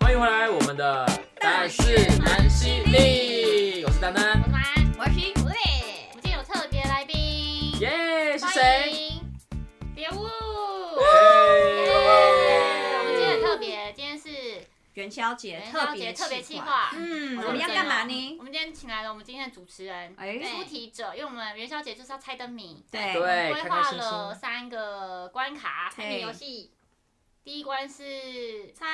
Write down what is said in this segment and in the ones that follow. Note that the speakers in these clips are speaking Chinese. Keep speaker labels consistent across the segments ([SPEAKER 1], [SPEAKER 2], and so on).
[SPEAKER 1] 欢迎回来，我们的大事南西力，我是丹丹
[SPEAKER 2] 我，是安，
[SPEAKER 3] 我是狐
[SPEAKER 2] 我
[SPEAKER 3] 狸，
[SPEAKER 2] 们今天有特别来宾，
[SPEAKER 1] 耶、是
[SPEAKER 2] 欢
[SPEAKER 1] 谁？
[SPEAKER 2] 迎别物。
[SPEAKER 1] 耶
[SPEAKER 2] 我们今天很特别，今天是
[SPEAKER 3] 元宵节
[SPEAKER 2] 元
[SPEAKER 3] 特
[SPEAKER 2] 宵
[SPEAKER 3] 别
[SPEAKER 2] 节特别企
[SPEAKER 3] 划，
[SPEAKER 2] 划。
[SPEAKER 3] 嗯，
[SPEAKER 1] 我
[SPEAKER 3] 我们要干嘛呢
[SPEAKER 2] 我？们今天请来了我们今天的主持人
[SPEAKER 3] 哎
[SPEAKER 2] 出题者，因为我们元宵节就是要猜灯谜，
[SPEAKER 3] 对
[SPEAKER 1] 对
[SPEAKER 2] 规
[SPEAKER 1] 看看
[SPEAKER 2] 划
[SPEAKER 1] 星星
[SPEAKER 2] 了三个关卡猜谜游戏。第一关是
[SPEAKER 4] 猜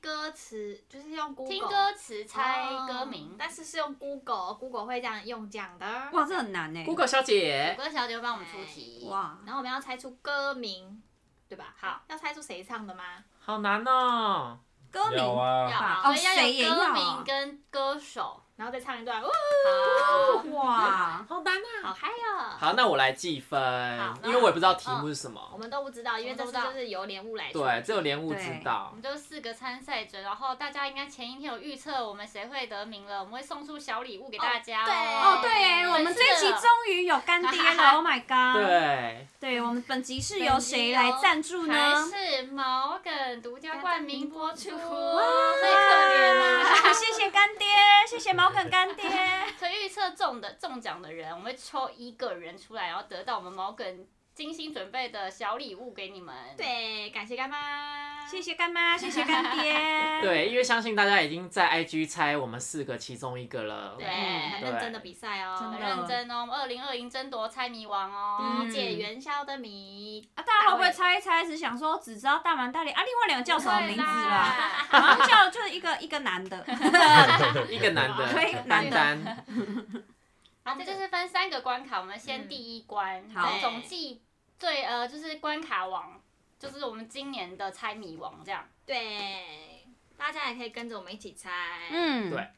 [SPEAKER 4] 歌词，就是用 Google
[SPEAKER 2] 听歌词猜歌
[SPEAKER 4] 哦
[SPEAKER 2] 名，
[SPEAKER 4] 但是是用 Google，Google 会这样用讲的。
[SPEAKER 3] 哇，这很难呢。
[SPEAKER 1] ，Google 小姐
[SPEAKER 2] 谷，歌小姐会帮我们出题。
[SPEAKER 3] 哇，
[SPEAKER 4] 然后我们要猜出歌名，对吧？
[SPEAKER 2] 好，
[SPEAKER 4] 要猜出谁唱的吗？
[SPEAKER 1] 好难哦。
[SPEAKER 3] 歌名
[SPEAKER 5] 有啊，
[SPEAKER 3] 吧
[SPEAKER 2] 所
[SPEAKER 3] 哦
[SPEAKER 2] 以
[SPEAKER 3] 谁也
[SPEAKER 2] 要有
[SPEAKER 3] 要
[SPEAKER 2] 歌
[SPEAKER 3] 啊
[SPEAKER 2] 名跟歌手。
[SPEAKER 4] 然后再唱一段。哇，
[SPEAKER 3] 哦
[SPEAKER 2] 好，
[SPEAKER 3] 哇，
[SPEAKER 1] 好难
[SPEAKER 2] 好
[SPEAKER 1] 啊！
[SPEAKER 2] 嗨哦！
[SPEAKER 1] 好，那我来计分
[SPEAKER 2] 好，
[SPEAKER 1] 因为我也不知道题目是什么。
[SPEAKER 4] 我们都不知道，因为这次就是由连雾来出。
[SPEAKER 1] 对，只有莲雾知
[SPEAKER 2] 我
[SPEAKER 1] 道
[SPEAKER 2] 们。就四个参赛者，然后大家应该前一天有预测我们谁会得名了，我们会送出小礼物给大家
[SPEAKER 3] 哦
[SPEAKER 2] 哦。
[SPEAKER 3] 对耶，我们这一期终于有干爹了，Oh my god！，
[SPEAKER 1] 对，
[SPEAKER 3] 对我们本集是由谁来赞助
[SPEAKER 2] 还
[SPEAKER 3] 呢？
[SPEAKER 2] 是毛梗独家冠名播出，
[SPEAKER 4] 哇
[SPEAKER 2] 最可怜啦、
[SPEAKER 3] 啊 谢谢干爹，谢谢毛梗干爹。
[SPEAKER 2] 所以预测中的中奖的人，我们会抽一个人出来，然后得到我们毛梗精心准备的小礼物给你们。，
[SPEAKER 4] 对，感谢干妈。
[SPEAKER 3] 谢谢干妈，谢谢干爹。，
[SPEAKER 1] 对，因为相信大家已经在 IG 猜我们四个其中一个了。
[SPEAKER 4] 对，
[SPEAKER 2] 嗯
[SPEAKER 4] 很认真的比赛
[SPEAKER 3] 真
[SPEAKER 4] 哦
[SPEAKER 2] 很
[SPEAKER 3] 的。
[SPEAKER 2] 认真哦，我们二零二零争夺猜谜王哦。
[SPEAKER 3] 嗯
[SPEAKER 4] 解元宵的谜，
[SPEAKER 3] 啊，大家会不会猜一猜，只想说只知道大蛮大力啊？另外两个叫什么名字啊啦？
[SPEAKER 2] 啦？
[SPEAKER 3] 好像叫就是一个一个男的，
[SPEAKER 1] 一个男
[SPEAKER 3] 对
[SPEAKER 1] 的，丹
[SPEAKER 3] 男的
[SPEAKER 1] 丹，
[SPEAKER 2] 啊，这就是分三个关卡，我们先第一关，
[SPEAKER 3] 好
[SPEAKER 2] 对总计最呃就是关卡王，就是我们今年的猜谜王这样。
[SPEAKER 4] 对，大家也可以跟着我们一起猜。，
[SPEAKER 3] 嗯，
[SPEAKER 1] 对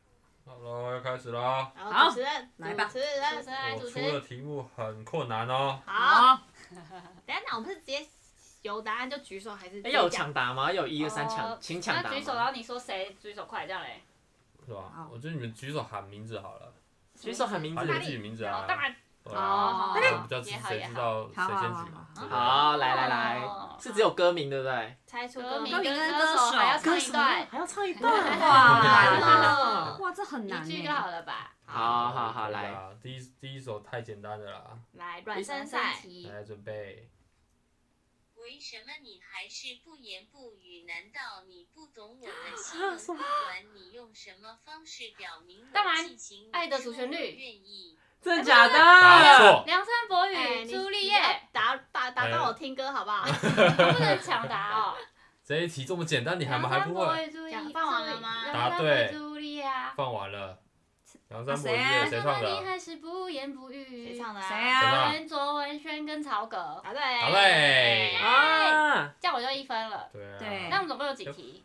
[SPEAKER 5] 好了，我要开始啦。
[SPEAKER 4] 然
[SPEAKER 3] 好
[SPEAKER 4] 后主持人，
[SPEAKER 3] 来吧
[SPEAKER 4] 主
[SPEAKER 2] 主
[SPEAKER 4] 持
[SPEAKER 2] 持
[SPEAKER 4] 人，
[SPEAKER 2] 人来
[SPEAKER 5] 我
[SPEAKER 2] 主持
[SPEAKER 5] 出，的题目很困难哦。
[SPEAKER 4] 好，
[SPEAKER 3] 好，
[SPEAKER 4] 等一下，那我们是直接有答案就举手，还是直
[SPEAKER 1] 哎，
[SPEAKER 4] 接
[SPEAKER 1] 要有
[SPEAKER 4] 讲？
[SPEAKER 1] 抢答吗？有一二三
[SPEAKER 2] 哦
[SPEAKER 1] 抢，请抢
[SPEAKER 2] 那
[SPEAKER 1] 答吗。
[SPEAKER 2] 举手，然后你说谁举手快这样嘞？
[SPEAKER 5] 是吧
[SPEAKER 3] 好？
[SPEAKER 5] 我觉得你们举手喊名字好了，
[SPEAKER 1] 举手喊名
[SPEAKER 5] 喊你们
[SPEAKER 1] 字。
[SPEAKER 5] 自己名字
[SPEAKER 2] 哦
[SPEAKER 5] 啊。
[SPEAKER 2] 当然，
[SPEAKER 5] 对啊，
[SPEAKER 2] 哦
[SPEAKER 5] 这样比较知
[SPEAKER 2] 也好
[SPEAKER 5] 谁
[SPEAKER 2] 也
[SPEAKER 5] 知
[SPEAKER 2] 好。
[SPEAKER 5] 道谁
[SPEAKER 3] 好好
[SPEAKER 5] 先
[SPEAKER 3] 好
[SPEAKER 5] 举嘛。
[SPEAKER 3] 好
[SPEAKER 5] 对不对，
[SPEAKER 1] 好，来来
[SPEAKER 2] 哦
[SPEAKER 1] 来，是只有歌名对不对？
[SPEAKER 4] 猜出
[SPEAKER 2] 歌
[SPEAKER 4] 歌
[SPEAKER 2] 名
[SPEAKER 4] 名
[SPEAKER 3] 歌，名
[SPEAKER 2] 跟
[SPEAKER 3] 跟
[SPEAKER 2] 歌
[SPEAKER 3] 歌
[SPEAKER 2] 手
[SPEAKER 3] 手
[SPEAKER 2] 还要唱一段，
[SPEAKER 1] 还要唱一段
[SPEAKER 3] 哇
[SPEAKER 2] 哇
[SPEAKER 3] 哇，这很难
[SPEAKER 2] 一句
[SPEAKER 3] 耶
[SPEAKER 2] 就。好了吧？
[SPEAKER 1] 好好好，
[SPEAKER 5] 可以
[SPEAKER 1] 来，
[SPEAKER 5] 啊。第一第一首太简单的啦，
[SPEAKER 4] 来软
[SPEAKER 2] 三
[SPEAKER 4] 身赛，
[SPEAKER 2] 题，
[SPEAKER 5] 来准备。
[SPEAKER 6] 为什么你还是不言不语？难道你不懂我的心？不管你用什么方式表明
[SPEAKER 2] 啊当然
[SPEAKER 6] 我进行
[SPEAKER 2] 爱的主旋律
[SPEAKER 6] 我愿意。
[SPEAKER 1] 真的假
[SPEAKER 5] 答
[SPEAKER 1] 的？
[SPEAKER 5] 错，
[SPEAKER 2] 梁山伯
[SPEAKER 4] 哎
[SPEAKER 2] 与
[SPEAKER 4] 你
[SPEAKER 2] 朱丽
[SPEAKER 4] 你
[SPEAKER 2] 叶
[SPEAKER 4] 要，打打打断我听歌好不好？
[SPEAKER 2] 不能抢答哦。
[SPEAKER 5] 这一题这么简单， 你还
[SPEAKER 2] 梁
[SPEAKER 5] 吗？还
[SPEAKER 2] 山
[SPEAKER 5] 不
[SPEAKER 2] 伯
[SPEAKER 5] 会？
[SPEAKER 2] 与朱丽
[SPEAKER 4] 讲放完了吗
[SPEAKER 2] 梁
[SPEAKER 5] 答
[SPEAKER 2] 山伯
[SPEAKER 5] 对
[SPEAKER 2] 与朱丽叶啊。
[SPEAKER 5] 放完了。梁山伯
[SPEAKER 3] 啊谁
[SPEAKER 5] 与
[SPEAKER 3] 啊
[SPEAKER 5] 夜谁唱
[SPEAKER 2] 你
[SPEAKER 5] 的？
[SPEAKER 2] 还是不言不语。
[SPEAKER 4] 谁唱的？
[SPEAKER 3] 谁
[SPEAKER 4] 啊？
[SPEAKER 5] 谁
[SPEAKER 3] 啊？
[SPEAKER 5] 唱
[SPEAKER 2] 文卓文萱跟曹格，
[SPEAKER 4] 答
[SPEAKER 5] 答
[SPEAKER 4] 对
[SPEAKER 5] 对，
[SPEAKER 1] 啊，
[SPEAKER 2] 这样我就一分了。
[SPEAKER 5] 对啊。
[SPEAKER 3] 对
[SPEAKER 2] 那我们总共有几题？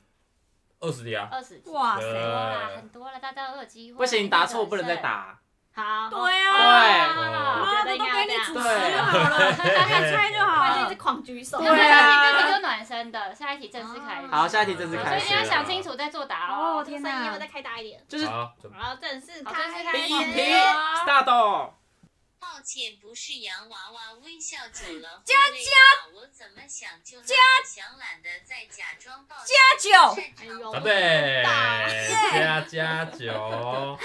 [SPEAKER 5] 二十题啊。
[SPEAKER 2] 二十题。
[SPEAKER 3] 哇啊
[SPEAKER 2] 很多
[SPEAKER 3] 塞！
[SPEAKER 2] 啦，很多了，大家都有机会。
[SPEAKER 1] 不行，答错不能再。答。
[SPEAKER 4] 好，
[SPEAKER 3] 对
[SPEAKER 2] 对
[SPEAKER 3] 啊，
[SPEAKER 2] 啊，
[SPEAKER 3] 妈的都给你主持就好了，大家猜就
[SPEAKER 4] 我发
[SPEAKER 3] 好
[SPEAKER 4] 现一
[SPEAKER 3] 了
[SPEAKER 4] 直。狂举手。
[SPEAKER 1] 对啊
[SPEAKER 2] 这题就暖身的，下一题正式开始。
[SPEAKER 1] 好，下一题正式
[SPEAKER 2] 好
[SPEAKER 1] 开
[SPEAKER 2] 所以
[SPEAKER 1] 始
[SPEAKER 2] 你要想
[SPEAKER 5] 了。
[SPEAKER 2] 清楚再作答
[SPEAKER 3] 哦
[SPEAKER 2] 哦。
[SPEAKER 3] 天
[SPEAKER 4] 声音
[SPEAKER 3] 哪
[SPEAKER 4] 要不要再开大一点？
[SPEAKER 1] 就是啊
[SPEAKER 5] 好，准备
[SPEAKER 4] 然后正式
[SPEAKER 2] 好，正式
[SPEAKER 4] 开
[SPEAKER 2] 开
[SPEAKER 1] 第
[SPEAKER 2] 始。
[SPEAKER 1] 一题
[SPEAKER 2] 哦
[SPEAKER 1] start。
[SPEAKER 6] 抱歉，不是洋娃娃，微笑久了会累倒。我怎么想就那么想，懒得再假装抱歉。
[SPEAKER 3] 加九，
[SPEAKER 6] 擅长
[SPEAKER 4] 哎呦
[SPEAKER 5] 答对
[SPEAKER 4] 大，
[SPEAKER 5] 加加九。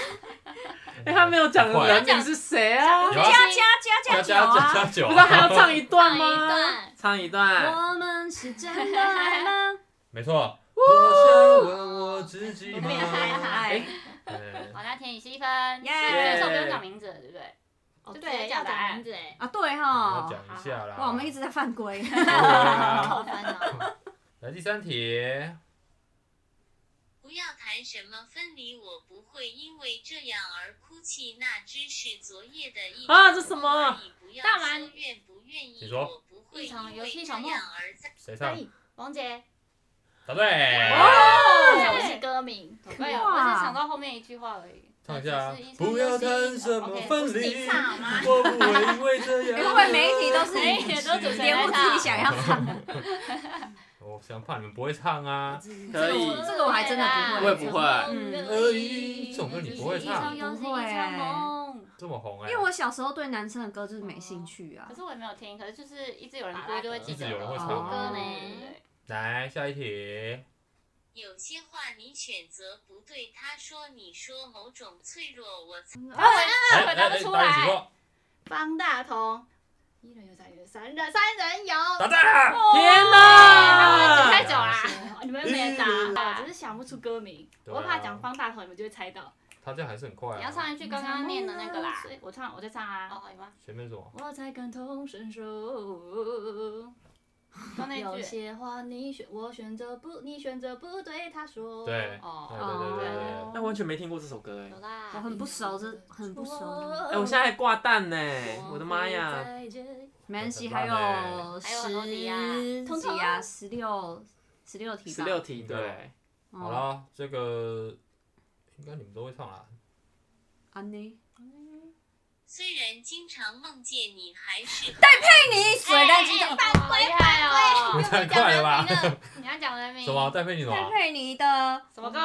[SPEAKER 1] 哎，他没有讲人名是谁啊？
[SPEAKER 5] 有
[SPEAKER 1] 不
[SPEAKER 3] 加
[SPEAKER 5] 啊
[SPEAKER 3] 加加加
[SPEAKER 5] 加
[SPEAKER 3] 九
[SPEAKER 5] 加加
[SPEAKER 3] 啊！
[SPEAKER 5] 加九
[SPEAKER 1] 知道还
[SPEAKER 5] 啊
[SPEAKER 1] 要！唱一段
[SPEAKER 2] 唱一
[SPEAKER 1] 吗
[SPEAKER 2] 段？
[SPEAKER 1] 唱一段。
[SPEAKER 3] 我们是真的爱吗？
[SPEAKER 5] 没错。我想问我自己吗
[SPEAKER 4] 没有还好
[SPEAKER 3] 爱。
[SPEAKER 5] 对
[SPEAKER 2] 好，那田雨希分。
[SPEAKER 3] 耶
[SPEAKER 2] 这首不用讲名字，对不对？
[SPEAKER 4] 哦
[SPEAKER 2] 就直接
[SPEAKER 4] 对，
[SPEAKER 2] 叫
[SPEAKER 4] 要
[SPEAKER 2] 答案
[SPEAKER 4] 讲名字哎，
[SPEAKER 3] 啊，对
[SPEAKER 5] 要
[SPEAKER 3] 哈。
[SPEAKER 5] 讲一下啦。
[SPEAKER 3] 哇，我们一直在犯规。
[SPEAKER 4] 扣分了。
[SPEAKER 5] 来第三题，
[SPEAKER 6] 不要谈什么分离，我不会因为这样而哭泣。那只是昨夜的一
[SPEAKER 1] 啊这什么
[SPEAKER 6] 场梦而已？不要
[SPEAKER 2] 大蛮
[SPEAKER 6] 说愿不愿意，
[SPEAKER 5] 你说
[SPEAKER 6] 我不会
[SPEAKER 2] 一场
[SPEAKER 6] 因
[SPEAKER 2] 游
[SPEAKER 6] 为
[SPEAKER 2] 戏一
[SPEAKER 6] 这
[SPEAKER 2] 场梦
[SPEAKER 6] 样而在。
[SPEAKER 5] 谁唱
[SPEAKER 4] 可？以，
[SPEAKER 2] 王杰。
[SPEAKER 5] 答对。
[SPEAKER 4] 这样不是歌名。
[SPEAKER 2] 哎呀，我只想到后面一句话而已。
[SPEAKER 5] 唱一下啊
[SPEAKER 2] 只是一！场
[SPEAKER 5] 不要谈什么
[SPEAKER 2] OK
[SPEAKER 5] 分
[SPEAKER 4] 你
[SPEAKER 5] 离，
[SPEAKER 4] 唱好吗？
[SPEAKER 5] 我不会因为这样。
[SPEAKER 3] 会不会每一题都是
[SPEAKER 2] 哎，也都主持
[SPEAKER 3] 连
[SPEAKER 2] 人
[SPEAKER 3] 我
[SPEAKER 2] 在唱
[SPEAKER 3] 自己想要唱，
[SPEAKER 5] 我想怕你们不会唱啊。
[SPEAKER 1] 可以
[SPEAKER 3] 嗯这个我还真的不会
[SPEAKER 1] 我也不会哎
[SPEAKER 3] 嗯
[SPEAKER 5] 而已这种歌你不会唱
[SPEAKER 3] 不会
[SPEAKER 5] 这么红哎、
[SPEAKER 3] 因为我小时候对男生的歌就是没兴趣啊
[SPEAKER 2] 可。是我也没有听，可是就是一直有人播就会记
[SPEAKER 5] 一直
[SPEAKER 2] 得。
[SPEAKER 5] 有人会唱
[SPEAKER 2] 国歌呢？
[SPEAKER 4] 哦
[SPEAKER 5] 来下一题，
[SPEAKER 6] 有些话你选择不对他说，你说某种脆弱，我才
[SPEAKER 2] 他回他
[SPEAKER 5] 来
[SPEAKER 2] 回答
[SPEAKER 5] 来
[SPEAKER 2] 不
[SPEAKER 5] 来，
[SPEAKER 2] 出
[SPEAKER 5] 导演请
[SPEAKER 2] 来。
[SPEAKER 5] 说，
[SPEAKER 2] 方大同，一人有三人，三人三人游。
[SPEAKER 5] 答对了。
[SPEAKER 2] 天
[SPEAKER 1] 哪
[SPEAKER 2] 他们太久啦，你们没答，
[SPEAKER 4] 我
[SPEAKER 2] 我
[SPEAKER 4] 哦只是想不出歌名，
[SPEAKER 5] 对啊
[SPEAKER 4] 我怕讲方大同，你们就会猜到。
[SPEAKER 5] 他这样还是很快
[SPEAKER 2] 你要
[SPEAKER 5] 啊。
[SPEAKER 2] 唱一句刚刚念的那个啦。
[SPEAKER 4] 我唱，我在唱啊。
[SPEAKER 2] 哦，有吗？
[SPEAKER 5] 前面是什么？
[SPEAKER 4] 我才感同身受。
[SPEAKER 2] 刚那
[SPEAKER 4] 有
[SPEAKER 2] 句。
[SPEAKER 4] 些话你选，我选择不，你选择不对他说。
[SPEAKER 5] 对，对
[SPEAKER 2] 哦，
[SPEAKER 5] 对对对对。
[SPEAKER 1] 那完全没听过这首歌哎、
[SPEAKER 2] 有啦。
[SPEAKER 3] 我很不熟，这嗯很不熟这。
[SPEAKER 1] 哎、我现在还挂蛋呢、我的妈
[SPEAKER 4] 会
[SPEAKER 1] 呀！
[SPEAKER 4] 再见
[SPEAKER 3] 没关系，还
[SPEAKER 5] 很棒
[SPEAKER 3] 有
[SPEAKER 2] 还有很多题啊
[SPEAKER 3] 十
[SPEAKER 4] 通
[SPEAKER 3] 几
[SPEAKER 4] 通
[SPEAKER 3] 啊，十六十六题吧。哦
[SPEAKER 1] 十六题，
[SPEAKER 5] 对
[SPEAKER 1] 对，
[SPEAKER 3] 嗯
[SPEAKER 5] 好，啦，这个应该你们都会唱啦。
[SPEAKER 3] 安妮，
[SPEAKER 6] 虽然经常梦见你，还是
[SPEAKER 3] 你水的几种？
[SPEAKER 2] 犯规犯
[SPEAKER 5] 我
[SPEAKER 2] 规！
[SPEAKER 5] 太快了吧？
[SPEAKER 2] 你要讲人名。
[SPEAKER 5] 什么？？戴佩妮什
[SPEAKER 3] 戴
[SPEAKER 5] 么？
[SPEAKER 3] 佩妮的，
[SPEAKER 2] 什么歌？